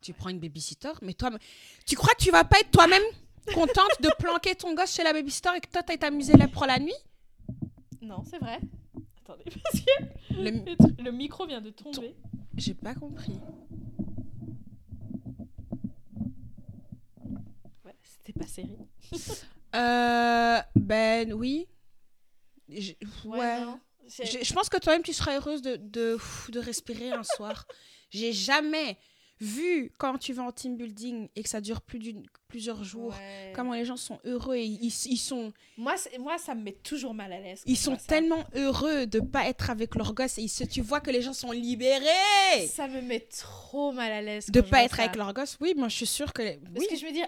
S1: Tu prends une babysitter, mais toi, tu crois que tu vas pas être toi-même contente de planquer ton gosse chez la babysitter et que toi, t'as été amusée là pour la nuit
S2: Non, c'est vrai. Attendez, parce
S1: Mm.
S2: que
S1: Le mi-
S2: le, tru- le micro vient de tomber.
S1: J'ai pas compris.
S2: Ouais, c'était pas serré.
S1: Euh, ben oui. Je- Ouais.
S2: non, c'est-
S1: Je, je pense que toi-même, tu seras heureuse de, de, pff, de respirer un soir. J'ai jamais vu quand tu vas en team building et que ça dure plus d'une plusieurs jours,
S2: Ouais.
S1: comment les gens sont heureux et ils, ils sont,
S2: Moi, c'est- moi, ça me met toujours mal à l'aise. quand
S1: ils
S2: je
S1: sont
S2: vois ça.
S1: tellement heureux de pas être avec leur gosse et ils se- tu vois que les gens sont libérés
S2: Ça me met trop mal à l'aise.
S1: de
S2: quand je
S1: pas
S2: vois
S1: être
S2: ça.
S1: avec leur gosse. Oui, moi je suis sûre que les-
S2: Parce
S1: oui,
S2: que je me dis,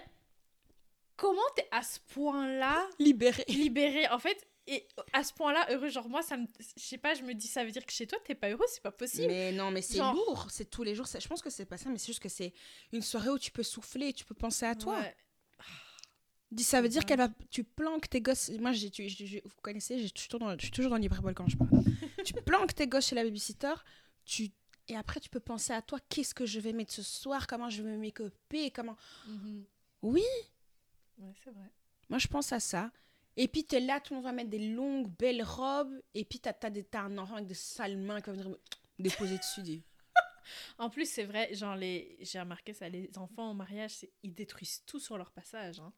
S2: comment t'es à ce point-là
S1: libérés.
S2: libéré en fait et à ce point-là heureux genre moi ça me je sais pas je me dis ça veut dire que chez toi t'es pas heureux c'est pas possible
S1: Mais non, mais c'est
S2: Genre-
S1: lourd, c'est tous les jours. c'est- Je pense que c'est pas ça, mais c'est juste que c'est une soirée où tu peux souffler, tu peux penser à toi.
S2: Ouais.
S1: Dis, ça veut dire
S2: Ouais.
S1: qu'elle va. Tu planques tes gosses. Moi, j'ai, tu- je- je- vous connaissez, j'ai- je suis toujours dans, je suis toujours dans l'hyperbole quand je parle. tu planques tes gosses chez la babysitter. Tu, et après, tu peux penser à toi. Qu'est-ce que je vais mettre ce soir Comment je vais me make Comment
S2: Mhm.
S1: Oui.
S2: ouais c'est vrai
S1: Moi, je pense à ça. Et puis, t'es là, tout le monde va mettre des longues, belles robes. Et puis, t'as, t'as, des, t'as un enfant avec des sales mains qui va venir me déposer dessus. Des...
S2: en plus c'est vrai genre les j'ai remarqué ça les enfants au mariage c'est- ils détruisent tout sur leur passage hein.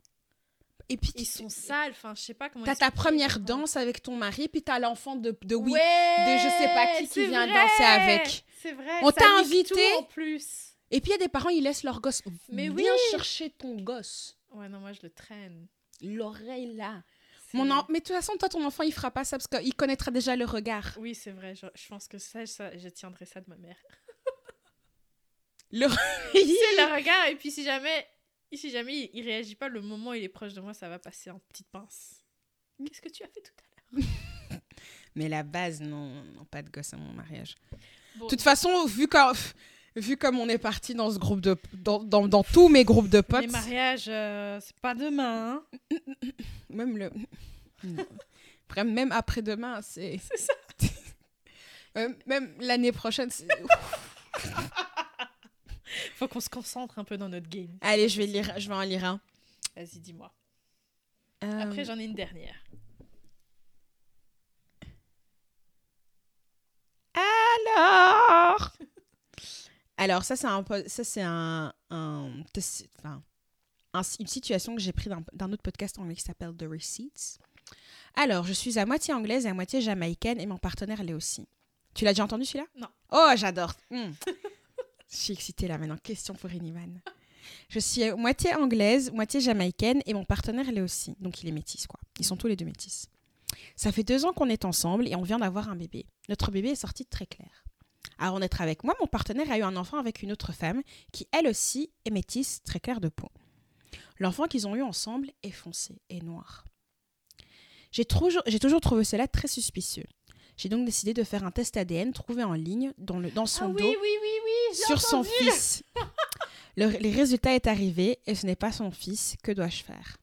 S1: Et puis, tu-
S2: ils sont sales enfin je sais pas comment
S1: T'as ta
S2: expliquer.
S1: première danse avec ton mari, puis t'as l'enfant de, de oui.
S2: Ouais,
S1: de je sais pas qui qui
S2: c'est
S1: vient
S2: vrai,
S1: danser avec.
S2: c'est vrai
S1: On
S2: ça
S1: t'a
S2: nique tout
S1: invité.
S2: en plus
S1: Et puis il y a des parents, ils laissent leur gosse.
S2: Mais
S1: Viens
S2: oui.
S1: chercher ton gosse.
S2: ouais non moi je le traîne
S1: L'oreille là.
S2: C'est-
S1: Mon en- Mais de toute façon, toi, ton enfant, il fera pas ça parce qu'il connaîtra déjà le regard.
S2: oui c'est vrai je, je pense que ça, ça je tiendrai ça de ma mère
S1: Le...
S2: c'est le regard et puis si jamais si jamais il, il réagit pas le moment où il est proche de moi ça va passer en petite pince qu'est-ce que tu as fait tout à l'heure
S1: Mais la base, non, non, pas de gosse à mon mariage. De
S2: Bon.
S1: toute façon, vu, qu'en- pff, vu comme on est parti dans ce groupe de. dans, dans- dans tous mes groupes de potes.
S2: les mariages euh, c'est pas demain hein.
S1: Même le. Non. Après, même après-demain, c'est.
S2: C'est ça.
S1: Euh, même l'année prochaine, c'est-
S2: faut qu'on se concentre un peu dans notre game
S1: Allez, je vais, lire, je vais en lire un.
S2: vas-y dis-moi
S1: Euh,
S2: après j'en ai une dernière
S1: Alors Alors, ça, c'est un, po- ça, c'est un, un, c'est- enfin, un- une situation que j'ai prise d'un- d'un autre podcast anglais qui s'appelle The Receipts. Alors, je suis à moitié anglaise et à moitié jamaïcaine et mon partenaire l'est aussi. Tu l'as déjà entendu celui-là
S2: Non.
S1: Oh, j'adore Mm. Je suis excitée là maintenant. Question pour Iniman. Je suis à moitié anglaise, moitié jamaïcaine et mon partenaire l'est aussi. Donc, il est métis, quoi. Ils sont tous les deux métis. Ça fait deux ans qu'on est ensemble et on vient d'avoir un bébé. Notre bébé est sorti de très clair. Avant d'être avec moi, mon partenaire a eu un enfant avec une autre femme qui, elle aussi, est métisse, très claire de peau. L'enfant qu'ils ont eu ensemble est foncé et noir. J'ai toujours, j'ai toujours trouvé cela très suspicieux. J'ai donc décidé de faire un test ADN trouvé en ligne dans, le, dans son
S2: ah oui
S1: dos
S2: oui oui oui j'ai
S1: sur son
S2: entendu.
S1: fils. Le, les résultats est arrivé et ce n'est pas son fils. Que dois-je faire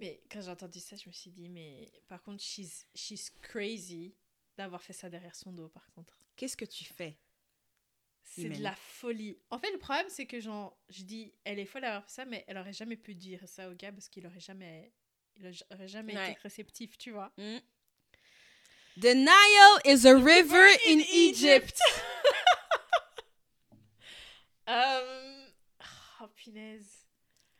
S2: mais quand j'ai entendu ça je me suis dit mais par contre she's she's crazy d'avoir fait ça derrière son dos par contre
S1: Qu'est-ce que tu fais
S2: C'est de
S1: humaine.
S2: la folie. En fait, le problème, c'est que, genre, je dis, elle est folle d'avoir fait ça, mais elle aurait jamais pu dire ça au gars parce qu'il aurait jamais, il aurait- aurait jamais
S1: Ouais.
S2: été réceptif, tu vois.
S1: Hmm? The Nile is a river in Egypt.
S2: Euh, Oh, punaise.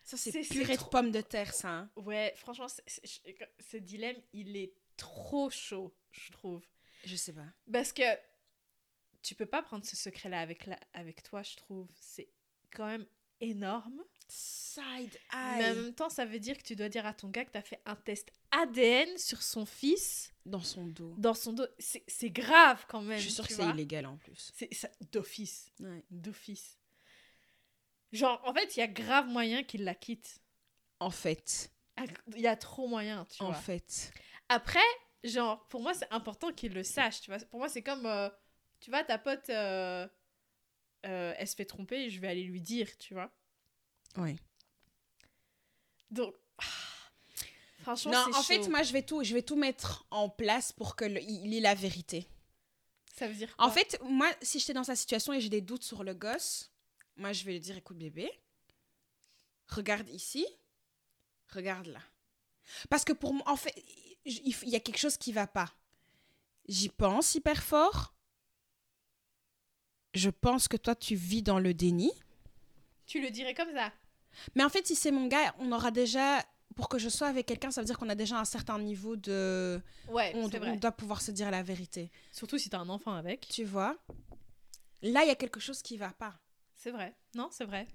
S1: Ça, c'est
S2: C'est- c'est
S1: purée de
S2: trop-
S1: pommes de terre, ça. hein.
S2: Ouais, franchement, c'est- c'est- je- ce dilemme, il est trop chaud, je trouve.
S1: Je sais pas.
S2: Parce que tu peux pas prendre ce secret-là avec, la- avec toi, je trouve. C'est quand même énorme.
S1: Side
S2: Mais en même temps, ça veut dire que tu dois dire à ton gars que t'as fait un test ADN sur son fils.
S1: Dans son dos.
S2: dans son dos. C'est c'est grave quand même.
S1: Je suis sûre
S2: tu
S1: que c'est
S2: vois.
S1: illégal en plus.
S2: C'est ça- d'office.
S1: Ouais.
S2: D'office. Genre, en fait, il y a grave moyen qu'il la quitte.
S1: En fait.
S2: Ah, Il y a trop moyen, tu
S1: en
S2: vois.
S1: fait.
S2: Après, genre, pour moi, c'est important qu'il le sache, tu vois. Pour moi, c'est comme, euh, tu vois, ta pote, euh, euh, elle se fait tromper, je vais aller lui dire, tu vois.
S1: Ouais.
S2: Donc, ah, franchement,
S1: Non,
S2: c'est
S1: en
S2: chaud.
S1: fait, moi, je vais tout, je vais tout mettre en place pour que le- il ait la vérité.
S2: ça veut dire
S1: En
S2: quoi
S1: fait, moi, si j'étais dans sa situation et j'ai des doutes sur le gosse, Moi, je vais lui dire, écoute bébé, regarde ici, regarde là. Parce que pour moi, en fait, j- il f- il y a quelque chose qui va pas. J'y pense hyper fort. Je pense que toi, tu vis dans le déni.
S2: Tu le dirais comme ça.
S1: Mais en fait, si c'est mon gars, on aura déjà... Pour que je sois avec quelqu'un, ça veut dire qu'on a déjà un certain niveau de...
S2: Ouais,
S1: On,
S2: c'est
S1: on
S2: vrai.
S1: doit pouvoir se dire la vérité.
S2: Surtout si t'as un enfant avec.
S1: Tu vois Là, il y a quelque chose qui va pas.
S2: C'est vrai. Non, c'est vrai.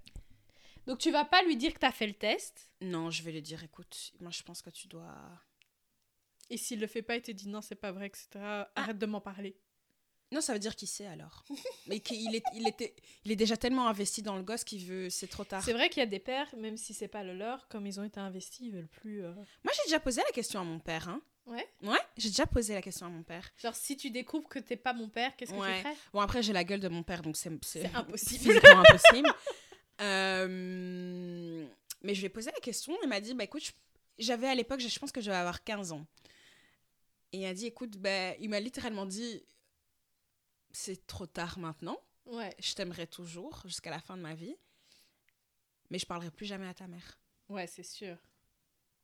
S2: Donc tu vas pas lui dire que t'as fait le test.
S1: Non, je vais lui dire, écoute, moi, je pense que tu dois...
S2: Et s'il le fait pas, il te dit non, c'est pas vrai, etc. Arrête de m'en parler.
S1: Non, ça veut dire qu'il sait alors. Mais qu'il est, il était, il est déjà tellement investi dans le gosse qu'il veut, c'est trop tard.
S2: C'est vrai qu'il y a des pères, même si c'est pas le leur, comme ils ont été investis, ils veulent plus. euh,
S1: Moi, j'ai déjà posé la question à mon père. Hein.
S2: Ouais.
S1: Ouais, j'ai déjà posé la question à mon père.
S2: Genre, si tu découvres que t'es pas mon père, qu'est-ce que
S1: Ouais.
S2: tu ferais
S1: Bon, après, j'ai la gueule de mon père, donc c'est c'est
S2: C'est impossible.
S1: physiquement impossible. Euh, mais je lui ai posé la question. Il m'a dit, bah écoute, je- j'avais à l'époque, je je pense que je vais avoir 15 ans. Et il a dit, écoute, bah, il m'a littéralement dit, c'est trop tard maintenant.
S2: Ouais,
S1: Je t'aimerai toujours jusqu'à la fin de ma vie. Mais je parlerai plus jamais à ta mère.
S2: ouais, c'est sûr.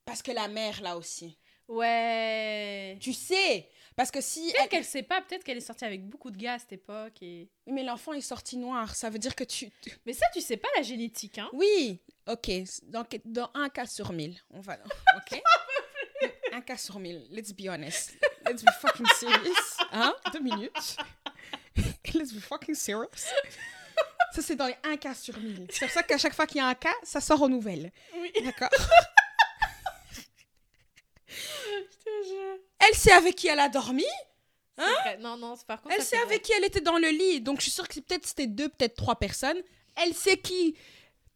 S1: Parce que la mère, là aussi.
S2: Ouais.
S1: Tu sais Parce que si...
S2: Peut-être
S1: elle-
S2: qu'elle sait pas, peut-être qu'elle est sortie avec beaucoup de gars à cette époque. Et...
S1: Mais l'enfant est sorti noir, ça veut dire que tu... tu-
S2: Mais ça, tu sais pas la génétique, hein
S1: Oui Ok, dans, que- dans un cas sur mille, on va... Ok Un cas sur mille, let's be honest. Let's be fucking serious. Hein Deux minutes. let's be fucking serious. Ça, c'est dans les un cas sur mille. C'est pour ça qu'à chaque fois qu'il y a un cas, ça sort aux nouvelles.
S2: Oui.
S1: D'accord
S2: Je te jure.
S1: Elle sait avec qui elle a dormi
S2: C'est vrai. Non, non, c'est- par contre.
S1: Elle
S2: ça,
S1: sait
S2: c'est vrai.
S1: avec qui elle était dans le lit. Donc, je suis sûre que c'est peut-être c'était deux, peut-être trois personnes. Elle sait qui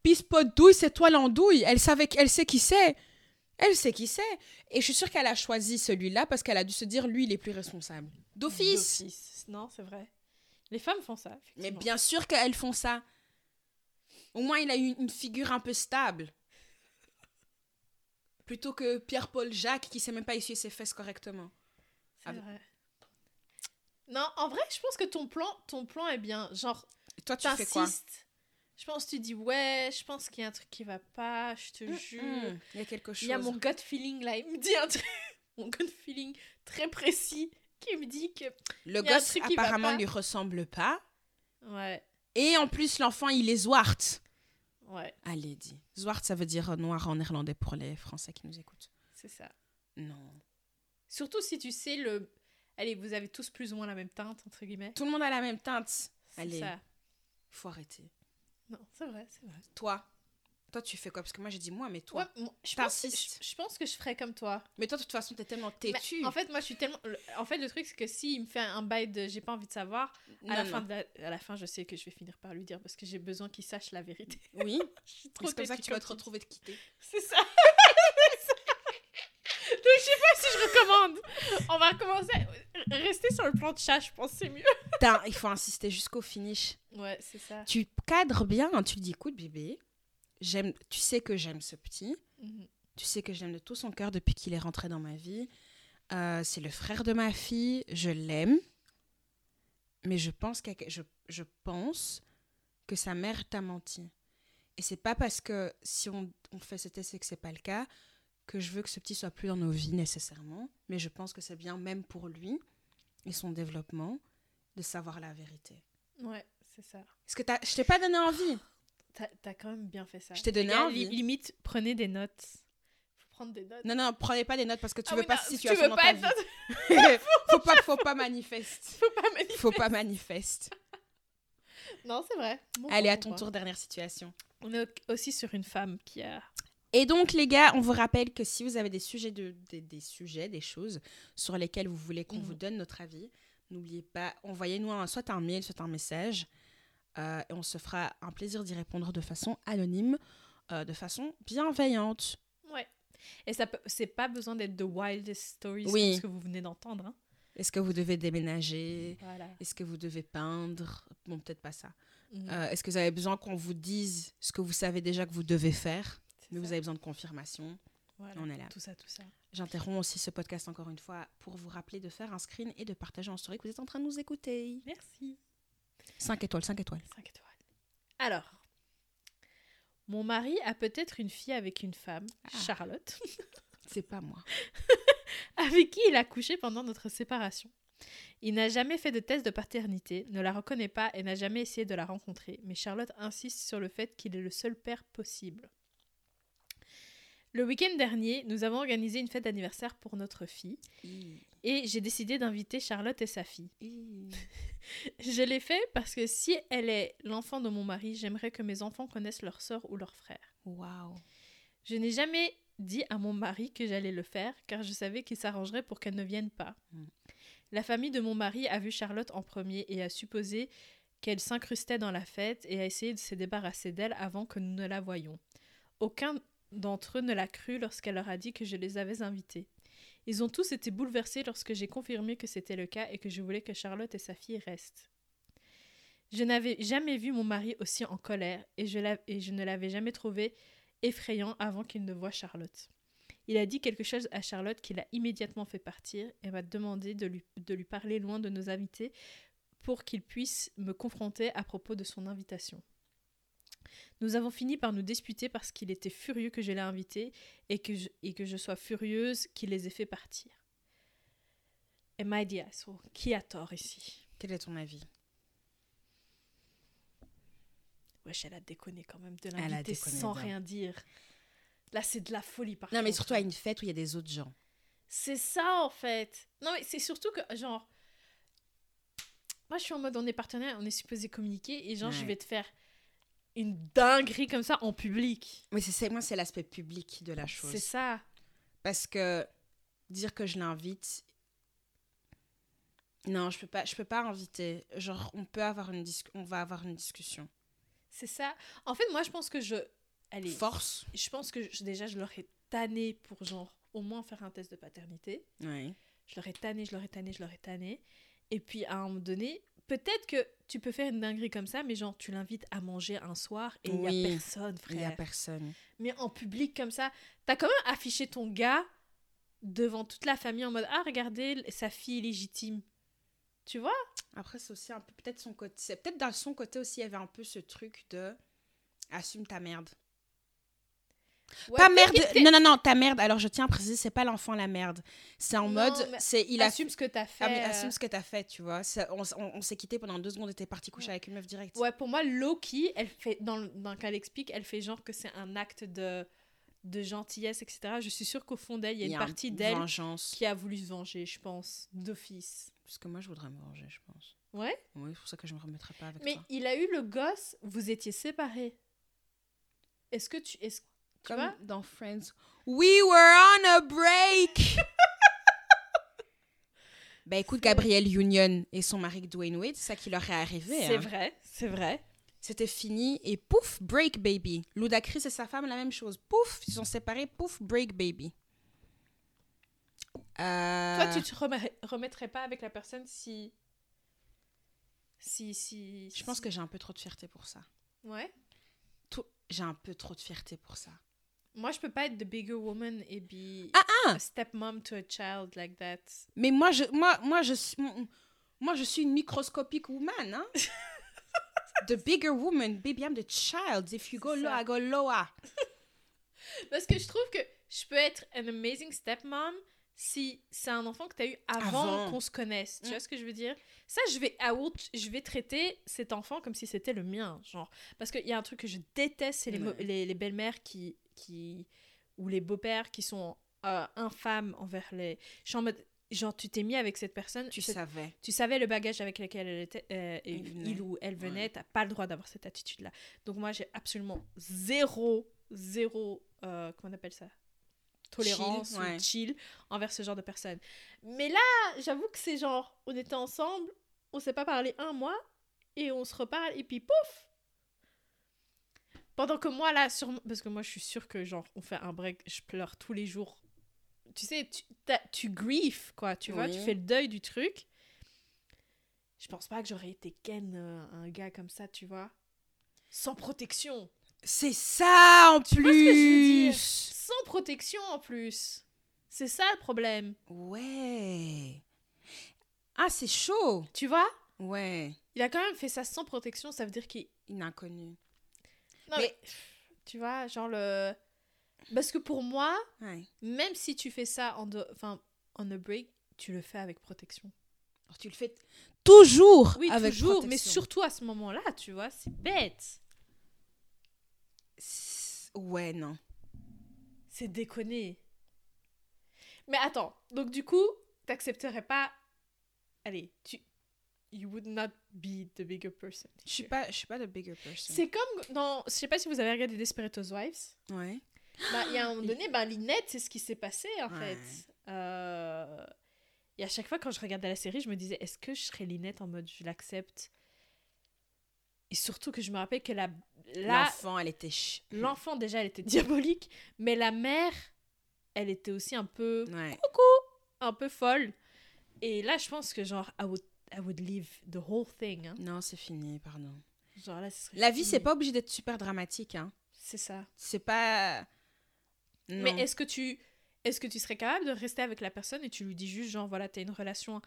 S1: pisse pas de douille, c'est toi l'andouille. Elle, savait, elle sait qui c'est. Elle sait qui c'est. Et je suis sûre qu'elle a choisi celui-là parce qu'elle a dû se dire, lui, il est plus responsable. D'office.
S2: D'office. Non, c'est vrai. Les femmes font ça.
S1: Mais
S2: effectivement.
S1: bien sûr qu'elles font ça. Au moins, il a eu une figure un peu stable. Plutôt que Pierre-Paul Jacques qui sait même pas essuyer ses fesses correctement.
S2: C'est
S1: Ah bon.
S2: vrai. Non, en vrai, je pense que ton plan, ton plan est bien. Genre,
S1: Et toi, tu fais quoi
S2: t'insistes. Je pense que tu dis ouais, je pense qu'il y a un truc qui va pas, je te jure.
S1: Mm, Il y a quelque chose.
S2: Il y a mon gut feeling là, il me dit un truc, mon gut feeling très précis qui me dit que
S1: Le
S2: Il y a un
S1: gosse
S2: truc qui va
S1: apparemment
S2: pas.
S1: lui ressemble pas.
S2: ouais,
S1: Et en plus, l'enfant, il est zwart.
S2: ouais,
S1: Allez, dis. Zwart, ça veut dire euh, noir en néerlandais pour les Français qui nous écoutent.
S2: c'est ça.
S1: Non.
S2: Surtout si tu sais le allez, vous avez tous plus ou moins la même teinte entre guillemets.
S1: Tout le monde a la même teinte.
S2: C'est
S1: Allez.
S2: ça.
S1: Faut arrêter.
S2: Non, c'est vrai, c'est vrai.
S1: Toi. Toi, tu fais quoi Parce que moi, j'ai dit moi, mais toi.
S2: Toi, moi, je, pense que,
S1: T'insistes.
S2: je- je pense que je ferais comme toi.
S1: Mais toi, de toute façon, t'es tellement
S2: Mais
S1: têtu.
S2: Bah, en fait, moi, je suis tellement. le- En fait, le truc, c'est que s'il me fait un bail de j'ai pas envie de savoir,
S1: Non,
S2: à la,
S1: non.
S2: fin de la- à la fin, je sais que je vais finir par lui dire parce que j'ai besoin qu'il sache la vérité.
S1: Oui.
S2: je suis trop
S1: C'est comme ça que
S2: têtue
S1: tu vas te
S2: comme
S1: retrouver de quitter.
S2: C'est ça. Donc, je sais pas si je recommande. On va recommencer. à- Rester sur le plan de chat, je pense, c'est mieux.
S1: Putain, il faut insister jusqu'au finish.
S2: Ouais, c'est ça.
S1: Tu cadres bien. hein. Tu dis, écoute, bébé, j'aime. Tu sais que j'aime ce petit.
S2: Mhm.
S1: Tu sais que je l'aime de tout son cœur depuis qu'il est rentré dans ma vie. Euh, c'est le frère de ma fille, je l'aime. Mais je pense, qu'il y a que- je, je pense que sa mère t'a menti. Et c'est pas parce que si on, on fait ce test et que c'est pas le cas que je veux que ce petit soit plus dans nos vies nécessairement. Mais je pense que c'est bien même pour lui et son développement de savoir la vérité.
S2: Ouais, c'est ça.
S1: Est-ce que t'as- je t'ai pas donné envie
S2: T'as t'as quand même bien fait ça.
S1: Je t'ai donné
S2: Les gars,
S1: envie.
S2: li- Limite, prenez des notes. Faut prendre des notes.
S1: Non, non, prenez pas des notes parce que tu
S2: Ah
S1: veux
S2: oui,
S1: pas
S2: non,
S1: cette
S2: tu
S1: situation
S2: veux
S1: dans
S2: pas
S1: ta
S2: être
S1: vie.
S2: dans-
S1: faut pas, faut pas manifeste.
S2: Faut pas manier.
S1: Faut pas manifeste.
S2: Non, c'est vrai. Bon
S1: Allez,
S2: point,
S1: à
S2: bon
S1: ton
S2: point.
S1: tour, dernière situation.
S2: On est au- aussi sur une femme qui a.
S1: Et donc, les gars, on vous rappelle que si vous avez des sujets, de, des, des sujets des choses sur lesquelles vous voulez qu'on
S2: Mhm.
S1: vous donne notre avis, n'oubliez pas, envoyez-nous un- soit un mail, soit un message. euh, et on se fera un plaisir d'y répondre de façon anonyme, euh, de façon bienveillante.
S2: Ouais. Et ça, peut- c'est pas besoin d'être the wildest stories
S1: Oui.
S2: comme ce que vous venez d'entendre. hein.
S1: Est-ce que vous devez déménager
S2: Voilà.
S1: Est-ce que vous devez peindre Bon, peut-être pas ça.
S2: Mhm.
S1: Euh, Est-ce que vous avez besoin qu'on vous dise ce que vous savez déjà que vous devez faire
S2: C'est
S1: Mais vous
S2: ça.
S1: avez besoin de confirmation.
S2: Voilà.
S1: On est là.
S2: Tout ça, tout ça.
S1: J'interromps aussi ce podcast encore une fois pour vous rappeler de faire un screen et de partager en story que vous êtes en train de nous écouter.
S2: Merci.
S1: 5 étoiles, 5 étoiles.
S2: 5 étoiles. Alors, Mon mari a peut-être une fille avec une femme,
S1: Ah.
S2: Charlotte,
S1: C'est pas moi.
S2: avec qui il a couché pendant notre séparation. Il n'a jamais fait de test de paternité, ne la reconnaît pas et n'a jamais essayé de la rencontrer, mais Charlotte insiste sur le fait qu'il est le seul père possible. Le week-end dernier, nous avons organisé une fête d'anniversaire pour notre fille
S1: Hi,
S2: et j'ai décidé d'inviter Charlotte et sa fille.
S1: hi.
S2: Je l'ai fait parce que si elle est l'enfant de mon mari, j'aimerais que mes enfants connaissent leur sœur ou leur frère.
S1: Waouh.
S2: Je n'ai jamais dit à mon mari que j'allais le faire, car je savais qu'il s'arrangerait pour qu'elle ne vienne pas.
S1: Mm.
S2: La famille de mon mari a vu Charlotte en premier et a supposé qu'elle s'incrustait dans la fête et a essayé de se débarrasser d'elle avant que nous ne la voyions. Aucun d'entre eux ne l'a cru lorsqu'elle leur a dit que je les avais invités. Ils ont tous été bouleversés lorsque j'ai confirmé que c'était le cas et que je voulais que Charlotte et sa fille restent. Je n'avais jamais vu mon mari aussi en colère et je, l'a- et je ne l'avais jamais trouvé effrayant avant qu'il ne voie Charlotte. Il a dit quelque chose à Charlotte qui l'a immédiatement fait partir et m'a demandé de lui, de lui parler loin de nos invités pour qu'il puisse me confronter à propos de son invitation. Nous avons fini par nous disputer parce qu'il était furieux que je l'ai invité et que je, et que je sois furieuse qu'il les ait fait partir. Am I the asshole? Qui a tort ici
S1: Quel est ton avis
S2: Wesh, elle a déconné quand même de
S1: a
S2: l'inviter
S1: déconné
S2: sans
S1: bien.
S2: rien dire. Là, c'est de la folie par
S1: Non, mais
S2: contre.
S1: surtout à une fête où il y a des autres gens.
S2: C'est ça en fait. Non mais c'est surtout que genre moi je suis en mode on est partenaire, on est supposé communiquer et genre je
S1: Ouais.
S2: vais te faire une dinguerie comme ça en public.
S1: Mais c'est- c'est moi, c'est l'aspect public de la chose.
S2: C'est ça.
S1: Parce que dire que je l'invite. Non, je peux pas, je peux pas inviter. Genre, on peut avoir une dis- on va avoir une discussion.
S2: C'est ça. En fait moi je pense que je allez,
S1: Force.
S2: je pense que je- déjà je l'aurais tanné pour genre au moins faire un test de paternité.
S1: Oui.
S2: Je l'aurais tanné, je l'aurais tanné, je l'aurais tanné et puis à un moment donné Peut-être que tu peux faire une dinguerie comme ça, mais genre tu l'invites à manger un soir et il y
S1: Oui.
S2: a personne, frère.
S1: Il y a personne.
S2: mais en public comme ça, t'as quand même affiché ton gars devant toute la famille en mode ah regardez l- sa fille légitime, tu vois
S1: Après, c'est aussi un peu peut-être son côté. C'est peut-être dans son côté aussi, il y avait un peu ce truc de assume ta merde.
S2: Ouais,
S1: pas
S2: peut-être
S1: merde.
S2: qu'il était-
S1: Non, non, non, ta merde. Alors, je tiens à préciser, c'est pas l'enfant la merde. C'est en
S2: Non,
S1: mode,
S2: mais
S1: c'est il
S2: assume ce que t'as fait.
S1: Ah, mais assume
S2: euh.
S1: ce que t'as fait, tu vois. Ça- on s- on on s'est quitté pendant deux secondes et t'es parti coucher
S2: Ouais.
S1: avec une meuf directe.
S2: Ouais, pour moi Loki, elle fait dans le- dans qu'elle explique, elle fait genre que c'est un acte de de gentillesse etc. Je suis sûre qu'au fond d'elle, il y a une
S1: un-
S2: partie d'elle
S1: Vengeance.
S2: qui a voulu se venger, je pense, d'office.
S1: Parce que moi, je voudrais me venger, je pense.
S2: Ouais.
S1: Oui, c'est pour ça que je me remettrai pas avec
S2: Mais
S1: toi.
S2: il a eu le gosse, vous étiez séparés. Est-ce que tu est-ce tu
S1: Comme
S2: vois
S1: dans Friends. We were on a break! bah écoute,
S2: C'est-
S1: Gabrielle Union et son mari Dwayne Wade, c'est ça qui leur est arrivé.
S2: C'est
S1: hein.
S2: vrai, c'est vrai.
S1: C'était fini et pouf, break baby. Ludacris et sa femme, la même chose. Pouf, ils sont séparés, pouf, break baby. Euh,
S2: Toi, tu te remar- remettrais pas avec la personne si. Si, si.
S1: Je pense
S2: si-
S1: que j'ai un peu trop de fierté pour ça.
S2: Ouais.
S1: Tout- J'ai un peu trop de fierté pour ça.
S2: Moi, je peux pas être the bigger woman et be.
S1: Ah, ah
S2: a stepmom to a child like that.
S1: Mais moi, je, moi, moi, je, suis- moi, je suis une microscopique woman. Hein? the bigger woman, baby, I'm the child. If you go
S2: C'est
S1: low,
S2: ça.
S1: I go lower.
S2: Parce que je trouve que je peux être an amazing stepmom si c'est un enfant que t'as eu avant,
S1: Avant.
S2: qu'on se connaisse. Tu
S1: Mm.
S2: vois ce que je veux dire Ça, je vais, I will- je vais traiter cet enfant comme si c'était le mien. Genre. Parce qu'il y a un truc que je déteste, c'est les, mo-
S1: Ouais.
S2: les, les belles-mères qui, qui. ou les beaux-pères qui sont euh, infâmes envers les. Je suis en mode. Genre, tu t'es mis avec cette personne,
S1: Tu
S2: cette-
S1: savais.
S2: tu savais le bagage avec lequel elle était, euh, et
S1: Il venait.
S2: il ou elle venait, t'as pas le droit d'avoir cette attitude-là. Donc moi, j'ai absolument zéro, zéro, euh, comment on appelle ça Tolérance
S1: Chill,
S2: ou
S1: ouais.
S2: chill envers ce genre de personnes. Mais là, j'avoue que c'est genre, on était ensemble, on s'est pas parlé un mois, et on se reparle, et puis pouf Pendant que moi, là, sur... parce que moi, je suis sûre que genre, on fait un break, je pleure tous les jours. Tu sais, tu, t'as- tu griefes, quoi, tu vois, tu
S1: Oui.
S2: fais le deuil du truc. Je pense pas que j'aurais été ken euh, un gars comme ça, tu vois. Sans protection.
S1: C'est ça en
S2: Tu vois ce que je veux dire
S1: plus.
S2: Sans protection en plus. C'est ça le problème.
S1: Ouais. Ah, c'est chaud.
S2: Tu vois
S1: Ouais.
S2: Il a quand même fait ça sans protection, ça veut dire qu'il.
S1: Une inconnue.
S2: Non,
S1: Mais-
S2: mais... Tu vois, genre le. Parce que pour moi,
S1: Ouais.
S2: même si tu fais ça en de... enfin, on a break, tu le fais avec protection.
S1: Alors, tu le fais toujours
S2: Oui,
S1: avec
S2: toujours, mais
S1: protection.
S2: surtout à ce moment-là, tu vois, c'est bête.
S1: S- Ouais, non.
S2: C'est déconné. Mais attends, donc du coup, t'accepterais pas. Allez, tu. You would not be the bigger person.
S1: Je suis pas, je suis pas the bigger person.
S2: C'est comme dans. Je sais pas si vous avez regardé Desperate Wives.
S1: Ouais.
S2: Bah, il y a un moment donné, bah, Lynette, c'est ce qui s'est passé, en
S1: Ouais.
S2: fait. Euh, Et à chaque fois, quand je regardais la série, je me disais, est-ce que je serais Lynette en mode, je l'accepte Et surtout que je me rappelle que la... la...
S1: L'enfant, elle était. ch-
S2: l'enfant, déjà, elle était diabolique, mais la mère, elle était aussi un peu,
S1: Ouais.
S2: un peu folle. Et là, je pense que, genre, I would, I would leave the whole thing. hein.
S1: Non, c'est fini, pardon.
S2: Genre, là, ce serait
S1: La vie,
S2: fini.
S1: c'est pas obligé d'être super dramatique. Hein.
S2: C'est ça.
S1: C'est pas. Non.
S2: Mais est-ce que tu est-ce que tu serais capable de rester avec la personne et tu lui dis juste genre voilà, t'as une relation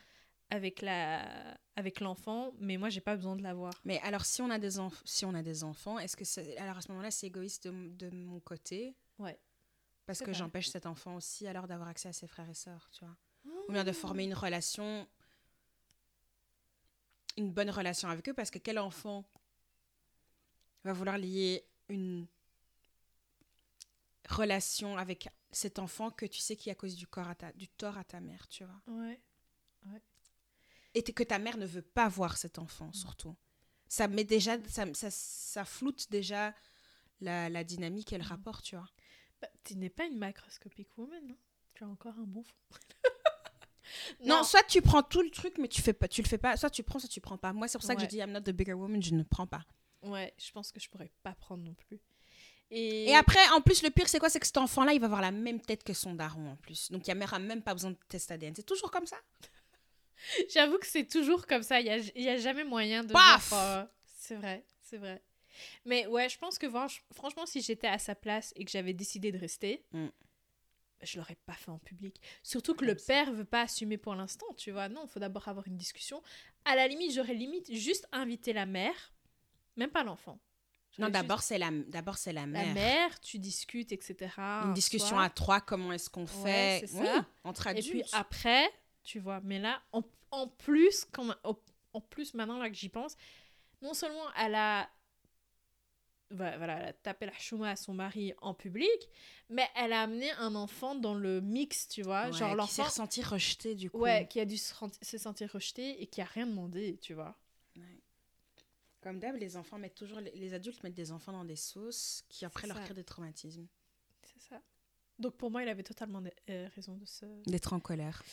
S2: avec la avec l'enfant, mais moi j'ai pas besoin de la voir.
S1: Mais alors, si on a des, enf- si on a des enfants, est-ce que c'est- alors à ce moment-là, c'est égoïste de, m- de mon côté
S2: Ouais.
S1: Parce
S2: C'est
S1: que
S2: vrai.
S1: j'empêche cet enfant aussi alors d'avoir accès à ses frères et sœurs, tu vois. Ou bien de former une relation, une bonne relation avec eux, parce que quel enfant va vouloir lier une relation avec cet enfant que tu sais qui a cause du, corps à ta- du tort à ta mère, tu vois.
S2: Ouais.
S1: et t- que ta mère ne veut pas voir cet
S2: Mm.
S1: enfant surtout. Ça met déjà, ça, ça, ça floute déjà la, la dynamique
S2: Mm.
S1: et le rapport, tu vois.
S2: Bah, tu n'es pas une macroscopic woman, hein. Tu as encore un bon fond.
S1: Non. soit tu prends tout le truc, mais tu fais pas, tu le fais pas. Soit tu prends, soit tu prends pas. Moi, c'est pour ça que
S2: Ouais.
S1: je dis I'm not the bigger woman, je ne prends pas.
S2: Ouais, je pense que je pourrais pas prendre non plus. Et,
S1: Et après, en plus, le pire, c'est quoi C'est que cet enfant-là, il va avoir la même tête que son daron en plus. Donc, ta mère a même pas besoin de test ADN. C'est toujours comme ça
S2: j'avoue que c'est toujours comme ça, il y a, il y a jamais moyen de
S1: Paf
S2: genre, euh, c'est vrai, c'est vrai. Mais ouais, je pense que franch- franchement si j'étais à sa place et que j'avais décidé de rester,
S1: Mm.
S2: je l'aurais pas fait en public. Surtout que
S1: Comme
S2: le père veut pas assumer pour l'instant, tu vois. Non, il faut d'abord avoir une discussion. À la limite, j'aurais limite juste invité la mère, même pas l'enfant.
S1: Non,
S2: J'aurais juste-
S1: d'abord, c'est la, d'abord, c'est la
S2: la
S1: mère.
S2: mère. tu discutes, etc.
S1: Une discussion à trois, comment est-ce qu'on
S2: Ouais,
S1: fait
S2: c'est ça.
S1: entre
S2: Et
S1: adultes.
S2: puis après, tu vois, mais là, en, en plus, quand, en, en plus, maintenant là que j'y pense, non seulement elle a, voilà, voilà, elle a tapé la chouma à son mari en public, mais elle a amené un enfant dans le mix, tu vois,
S1: Ouais,
S2: genre
S1: qui s'est
S2: l'enfant
S1: ressenti rejeté du coup.
S2: ouais, qui a dû se, renti- se sentir rejeté et qui a rien demandé, tu vois.
S1: Comme d'hab, les enfants mettent toujours les- les adultes mettent des enfants dans des sauces qui après
S2: C'est
S1: leur
S2: ça.
S1: créent des traumatismes.
S2: C'est ça. Donc pour moi, il avait totalement euh, raison de se...
S1: D'être en colère.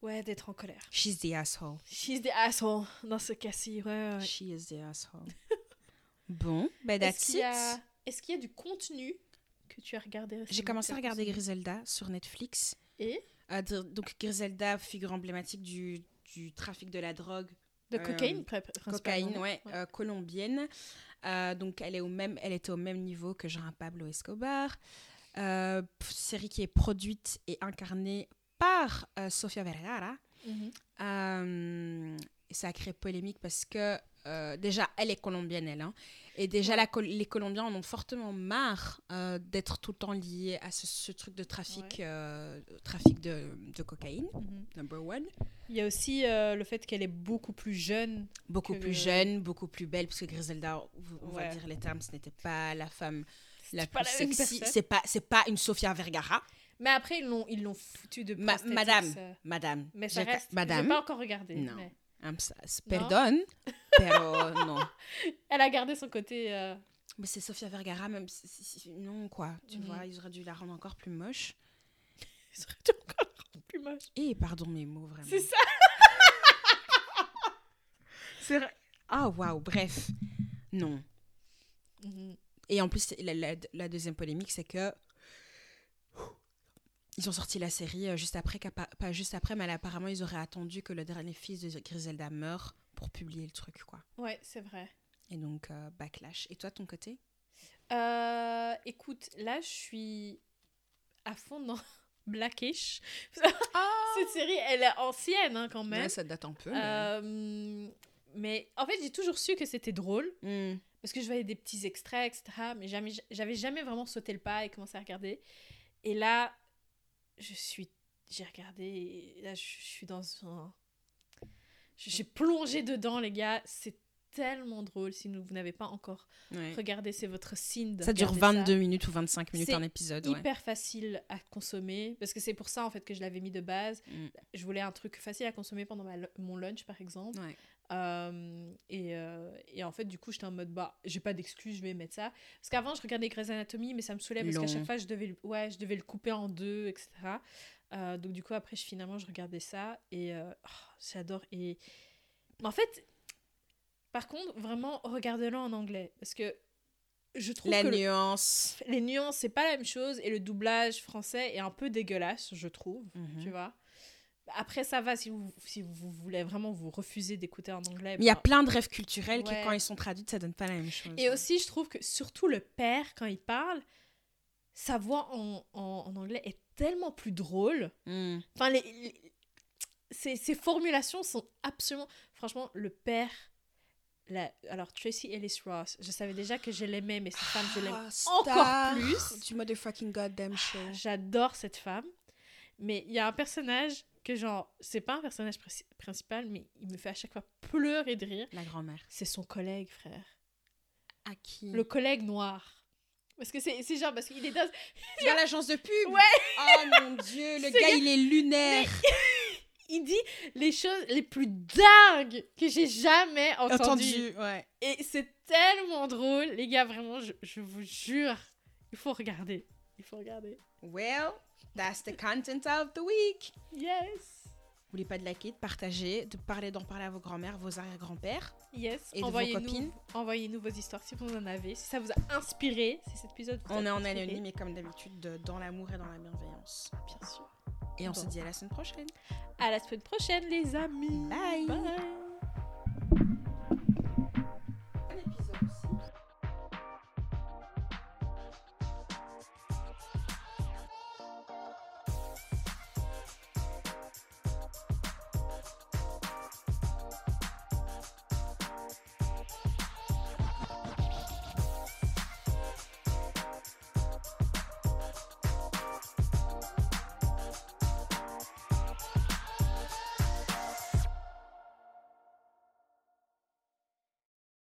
S2: Ouais, d'être en colère.
S1: She's the asshole.
S2: She's the asshole dans ce cas-ci, ouais, ouais, ouais.
S1: She is the asshole. bon, ben
S2: Est-ce
S1: that's
S2: qu'il y,
S1: it.
S2: a... est-ce qu'il y a du contenu que tu as regardé récemment
S1: J'ai commencé à
S2: que-
S1: regarder Griselda sur Netflix.
S2: Et
S1: Euh, dr- donc Griselda, figure emblématique du, du trafic de la drogue,
S2: De
S1: Euh,
S2: cocaïne, pré- principalement,
S1: cocaïne, ouais,
S2: Ouais.
S1: euh, colombienne. Euh, donc elle est au même, elle était au même niveau que genre un Pablo Escobar. Euh, pff, série qui est produite et incarnée par euh, Sofia Vergara.
S2: Mhm.
S1: Euh, et ça a créé polémique parce que euh, déjà, elle est colombienne, elle. hein. et déjà, la Col- les Colombiens en ont fortement marre euh, d'être tout le temps liés à ce, ce truc de trafic, euh, trafic de, de cocaïne,
S2: Mhm.
S1: number one.
S2: Il y a aussi euh, le fait qu'elle est beaucoup plus jeune.
S1: Beaucoup
S2: Que
S1: plus
S2: le-
S1: jeune, beaucoup plus belle, parce que Griselda, on va
S2: Ouais.
S1: dire les termes, ce n'était pas la femme la
S2: C'était
S1: plus
S2: même
S1: sexy.
S2: personne.
S1: C'est pas, c'est pas une Sofia Vergara,
S2: Mais après, ils l'ont, ils l'ont foutu de
S1: Ma-
S2: prosthetics,
S1: madame.
S2: euh,
S1: madame.
S2: Mais ça
S1: J'ai-
S2: reste. Madame.
S1: Madame,
S2: J'ai pas encore regardé.
S1: Non.
S2: mais
S1: I'm s-
S2: Non.
S1: pardon, pero non.
S2: Elle a gardé son côté. euh,
S1: Mais c'est Sofia Vergara, même si, si- si- non quoi, tu
S2: Mhm.
S1: vois, ils auraient dû la rendre encore plus moche.
S2: Ça aurait été encore plus moche.
S1: Et pardon mes mots vraiment.
S2: C'est ça.
S1: C'est vrai. Ah waouh, bref, non.
S2: Mhm.
S1: Et en plus la, la- la deuxième polémique, c'est que ils ont sorti la série euh, juste après, qu'appa- pas juste après, mais apparemment ils auraient attendu que le dernier fils de Griselda meure pour publier le truc quoi.
S2: Ouais, c'est vrai.
S1: Et donc euh, backlash. Et toi de ton côté
S2: Euh, écoute, là, je suis à fond dans Blackish.
S1: Ah.
S2: Cette série, elle est ancienne hein, quand même.
S1: ça date un peu. Hmm,
S2: Euh, mais en fait, j'ai toujours su que c'était drôle, Parce que je voyais des petits extraits, etc. Mais jamais, j'avais jamais vraiment sauté le pas et commencé à regarder. Et là, je suis. J'ai regardé et là, je suis dans un. J'ai plongé dedans, les gars. C'est tellement drôle. Si vous n'avez pas encore
S1: Ouais.
S2: regardé, c'est votre signe. de
S1: Ça dure
S2: regarder
S1: 22 minutes ou 25 minutes
S2: C'est
S1: un épisode. ouais.
S2: hyper facile à consommer parce que c'est pour ça en fait que je l'avais mis de base
S1: Mm.
S2: je voulais un truc facile à consommer pendant ma lu- mon lunch par exemple
S1: Ouais.
S2: Euh, et, euh, et en fait du coup j'étais en mode bah j'ai pas d'excuse je vais mettre ça parce qu'avant je regardais Grey's Anatomy mais ça me saoulait parce qu'à
S1: Long.
S2: chaque fois je devais le- ouais je devais le couper en deux etc Euh, donc du coup après je- finalement je regardais ça et euh, oh, j'adore et en fait par contre vraiment regardez-le en anglais parce que je trouve
S1: La
S2: que le-
S1: nuance.
S2: les nuances, c'est pas la même chose et le doublage français est un peu dégueulasse, je trouve,
S1: Mhm.
S2: tu vois. Après, ça va si vous, si vous voulez vraiment vous refuser d'écouter en anglais.
S1: Mais il y a
S2: ben-
S1: plein de rêves culturels
S2: Ouais.
S1: qui, quand ils sont traduits, ça donne pas la même chose.
S2: Et aussi, je trouve que surtout le père, quand il parle, sa voix en, en- en anglais est tellement plus drôle.
S1: Mm.
S2: Enfin, les, les- ces, ces formulations sont absolument. Franchement, le père. la- Alors, Tracy Ellis Ross, je savais déjà que je l'aimais, mais cette femme, je l'aime encore plus.
S1: Ah, Du motherfucking goddamn show.
S2: J'adore cette femme. Mais il y a un personnage que, genre, c'est pas un personnage princi- principal, mais il me fait à chaque fois pleurer de rire.
S1: La grand-mère.
S2: C'est son collègue, frère.
S1: À qui
S2: Le collègue noir. Parce que c'est c'est genre, parce qu'il est dans.
S1: Dans l'agence de pub
S2: Ouais.
S1: Oh mon dieu, le
S2: Ce
S1: gars,
S2: gars-
S1: il est lunaire
S2: Il dit les choses les plus dingues que j'ai jamais entendues.
S1: ouais.
S2: Et c'est tellement drôle, les gars, vraiment, je, je vous jure. Il faut regarder. Il faut regarder.
S1: Well, that's the content of the week
S2: Yes!
S1: N'oubliez pas de liker, de partager, de parler, d'en parler à vos grands-mères, vos arrière-grands-pères.
S2: Yes,
S1: Et de vos
S2: envoyez-nous
S1: copines.
S2: envoyez vos histoires si vous en avez, si ça vous a inspiré, si cet épisode vous a
S1: On est en
S2: inspiré,
S1: anonyme et comme d'habitude, de- dans l'amour et dans la bienveillance.
S2: Bien sûr.
S1: Et on
S2: Bon.
S1: se dit à la semaine prochaine
S2: À la semaine prochaine, les amis.
S1: Bye.
S2: Bye.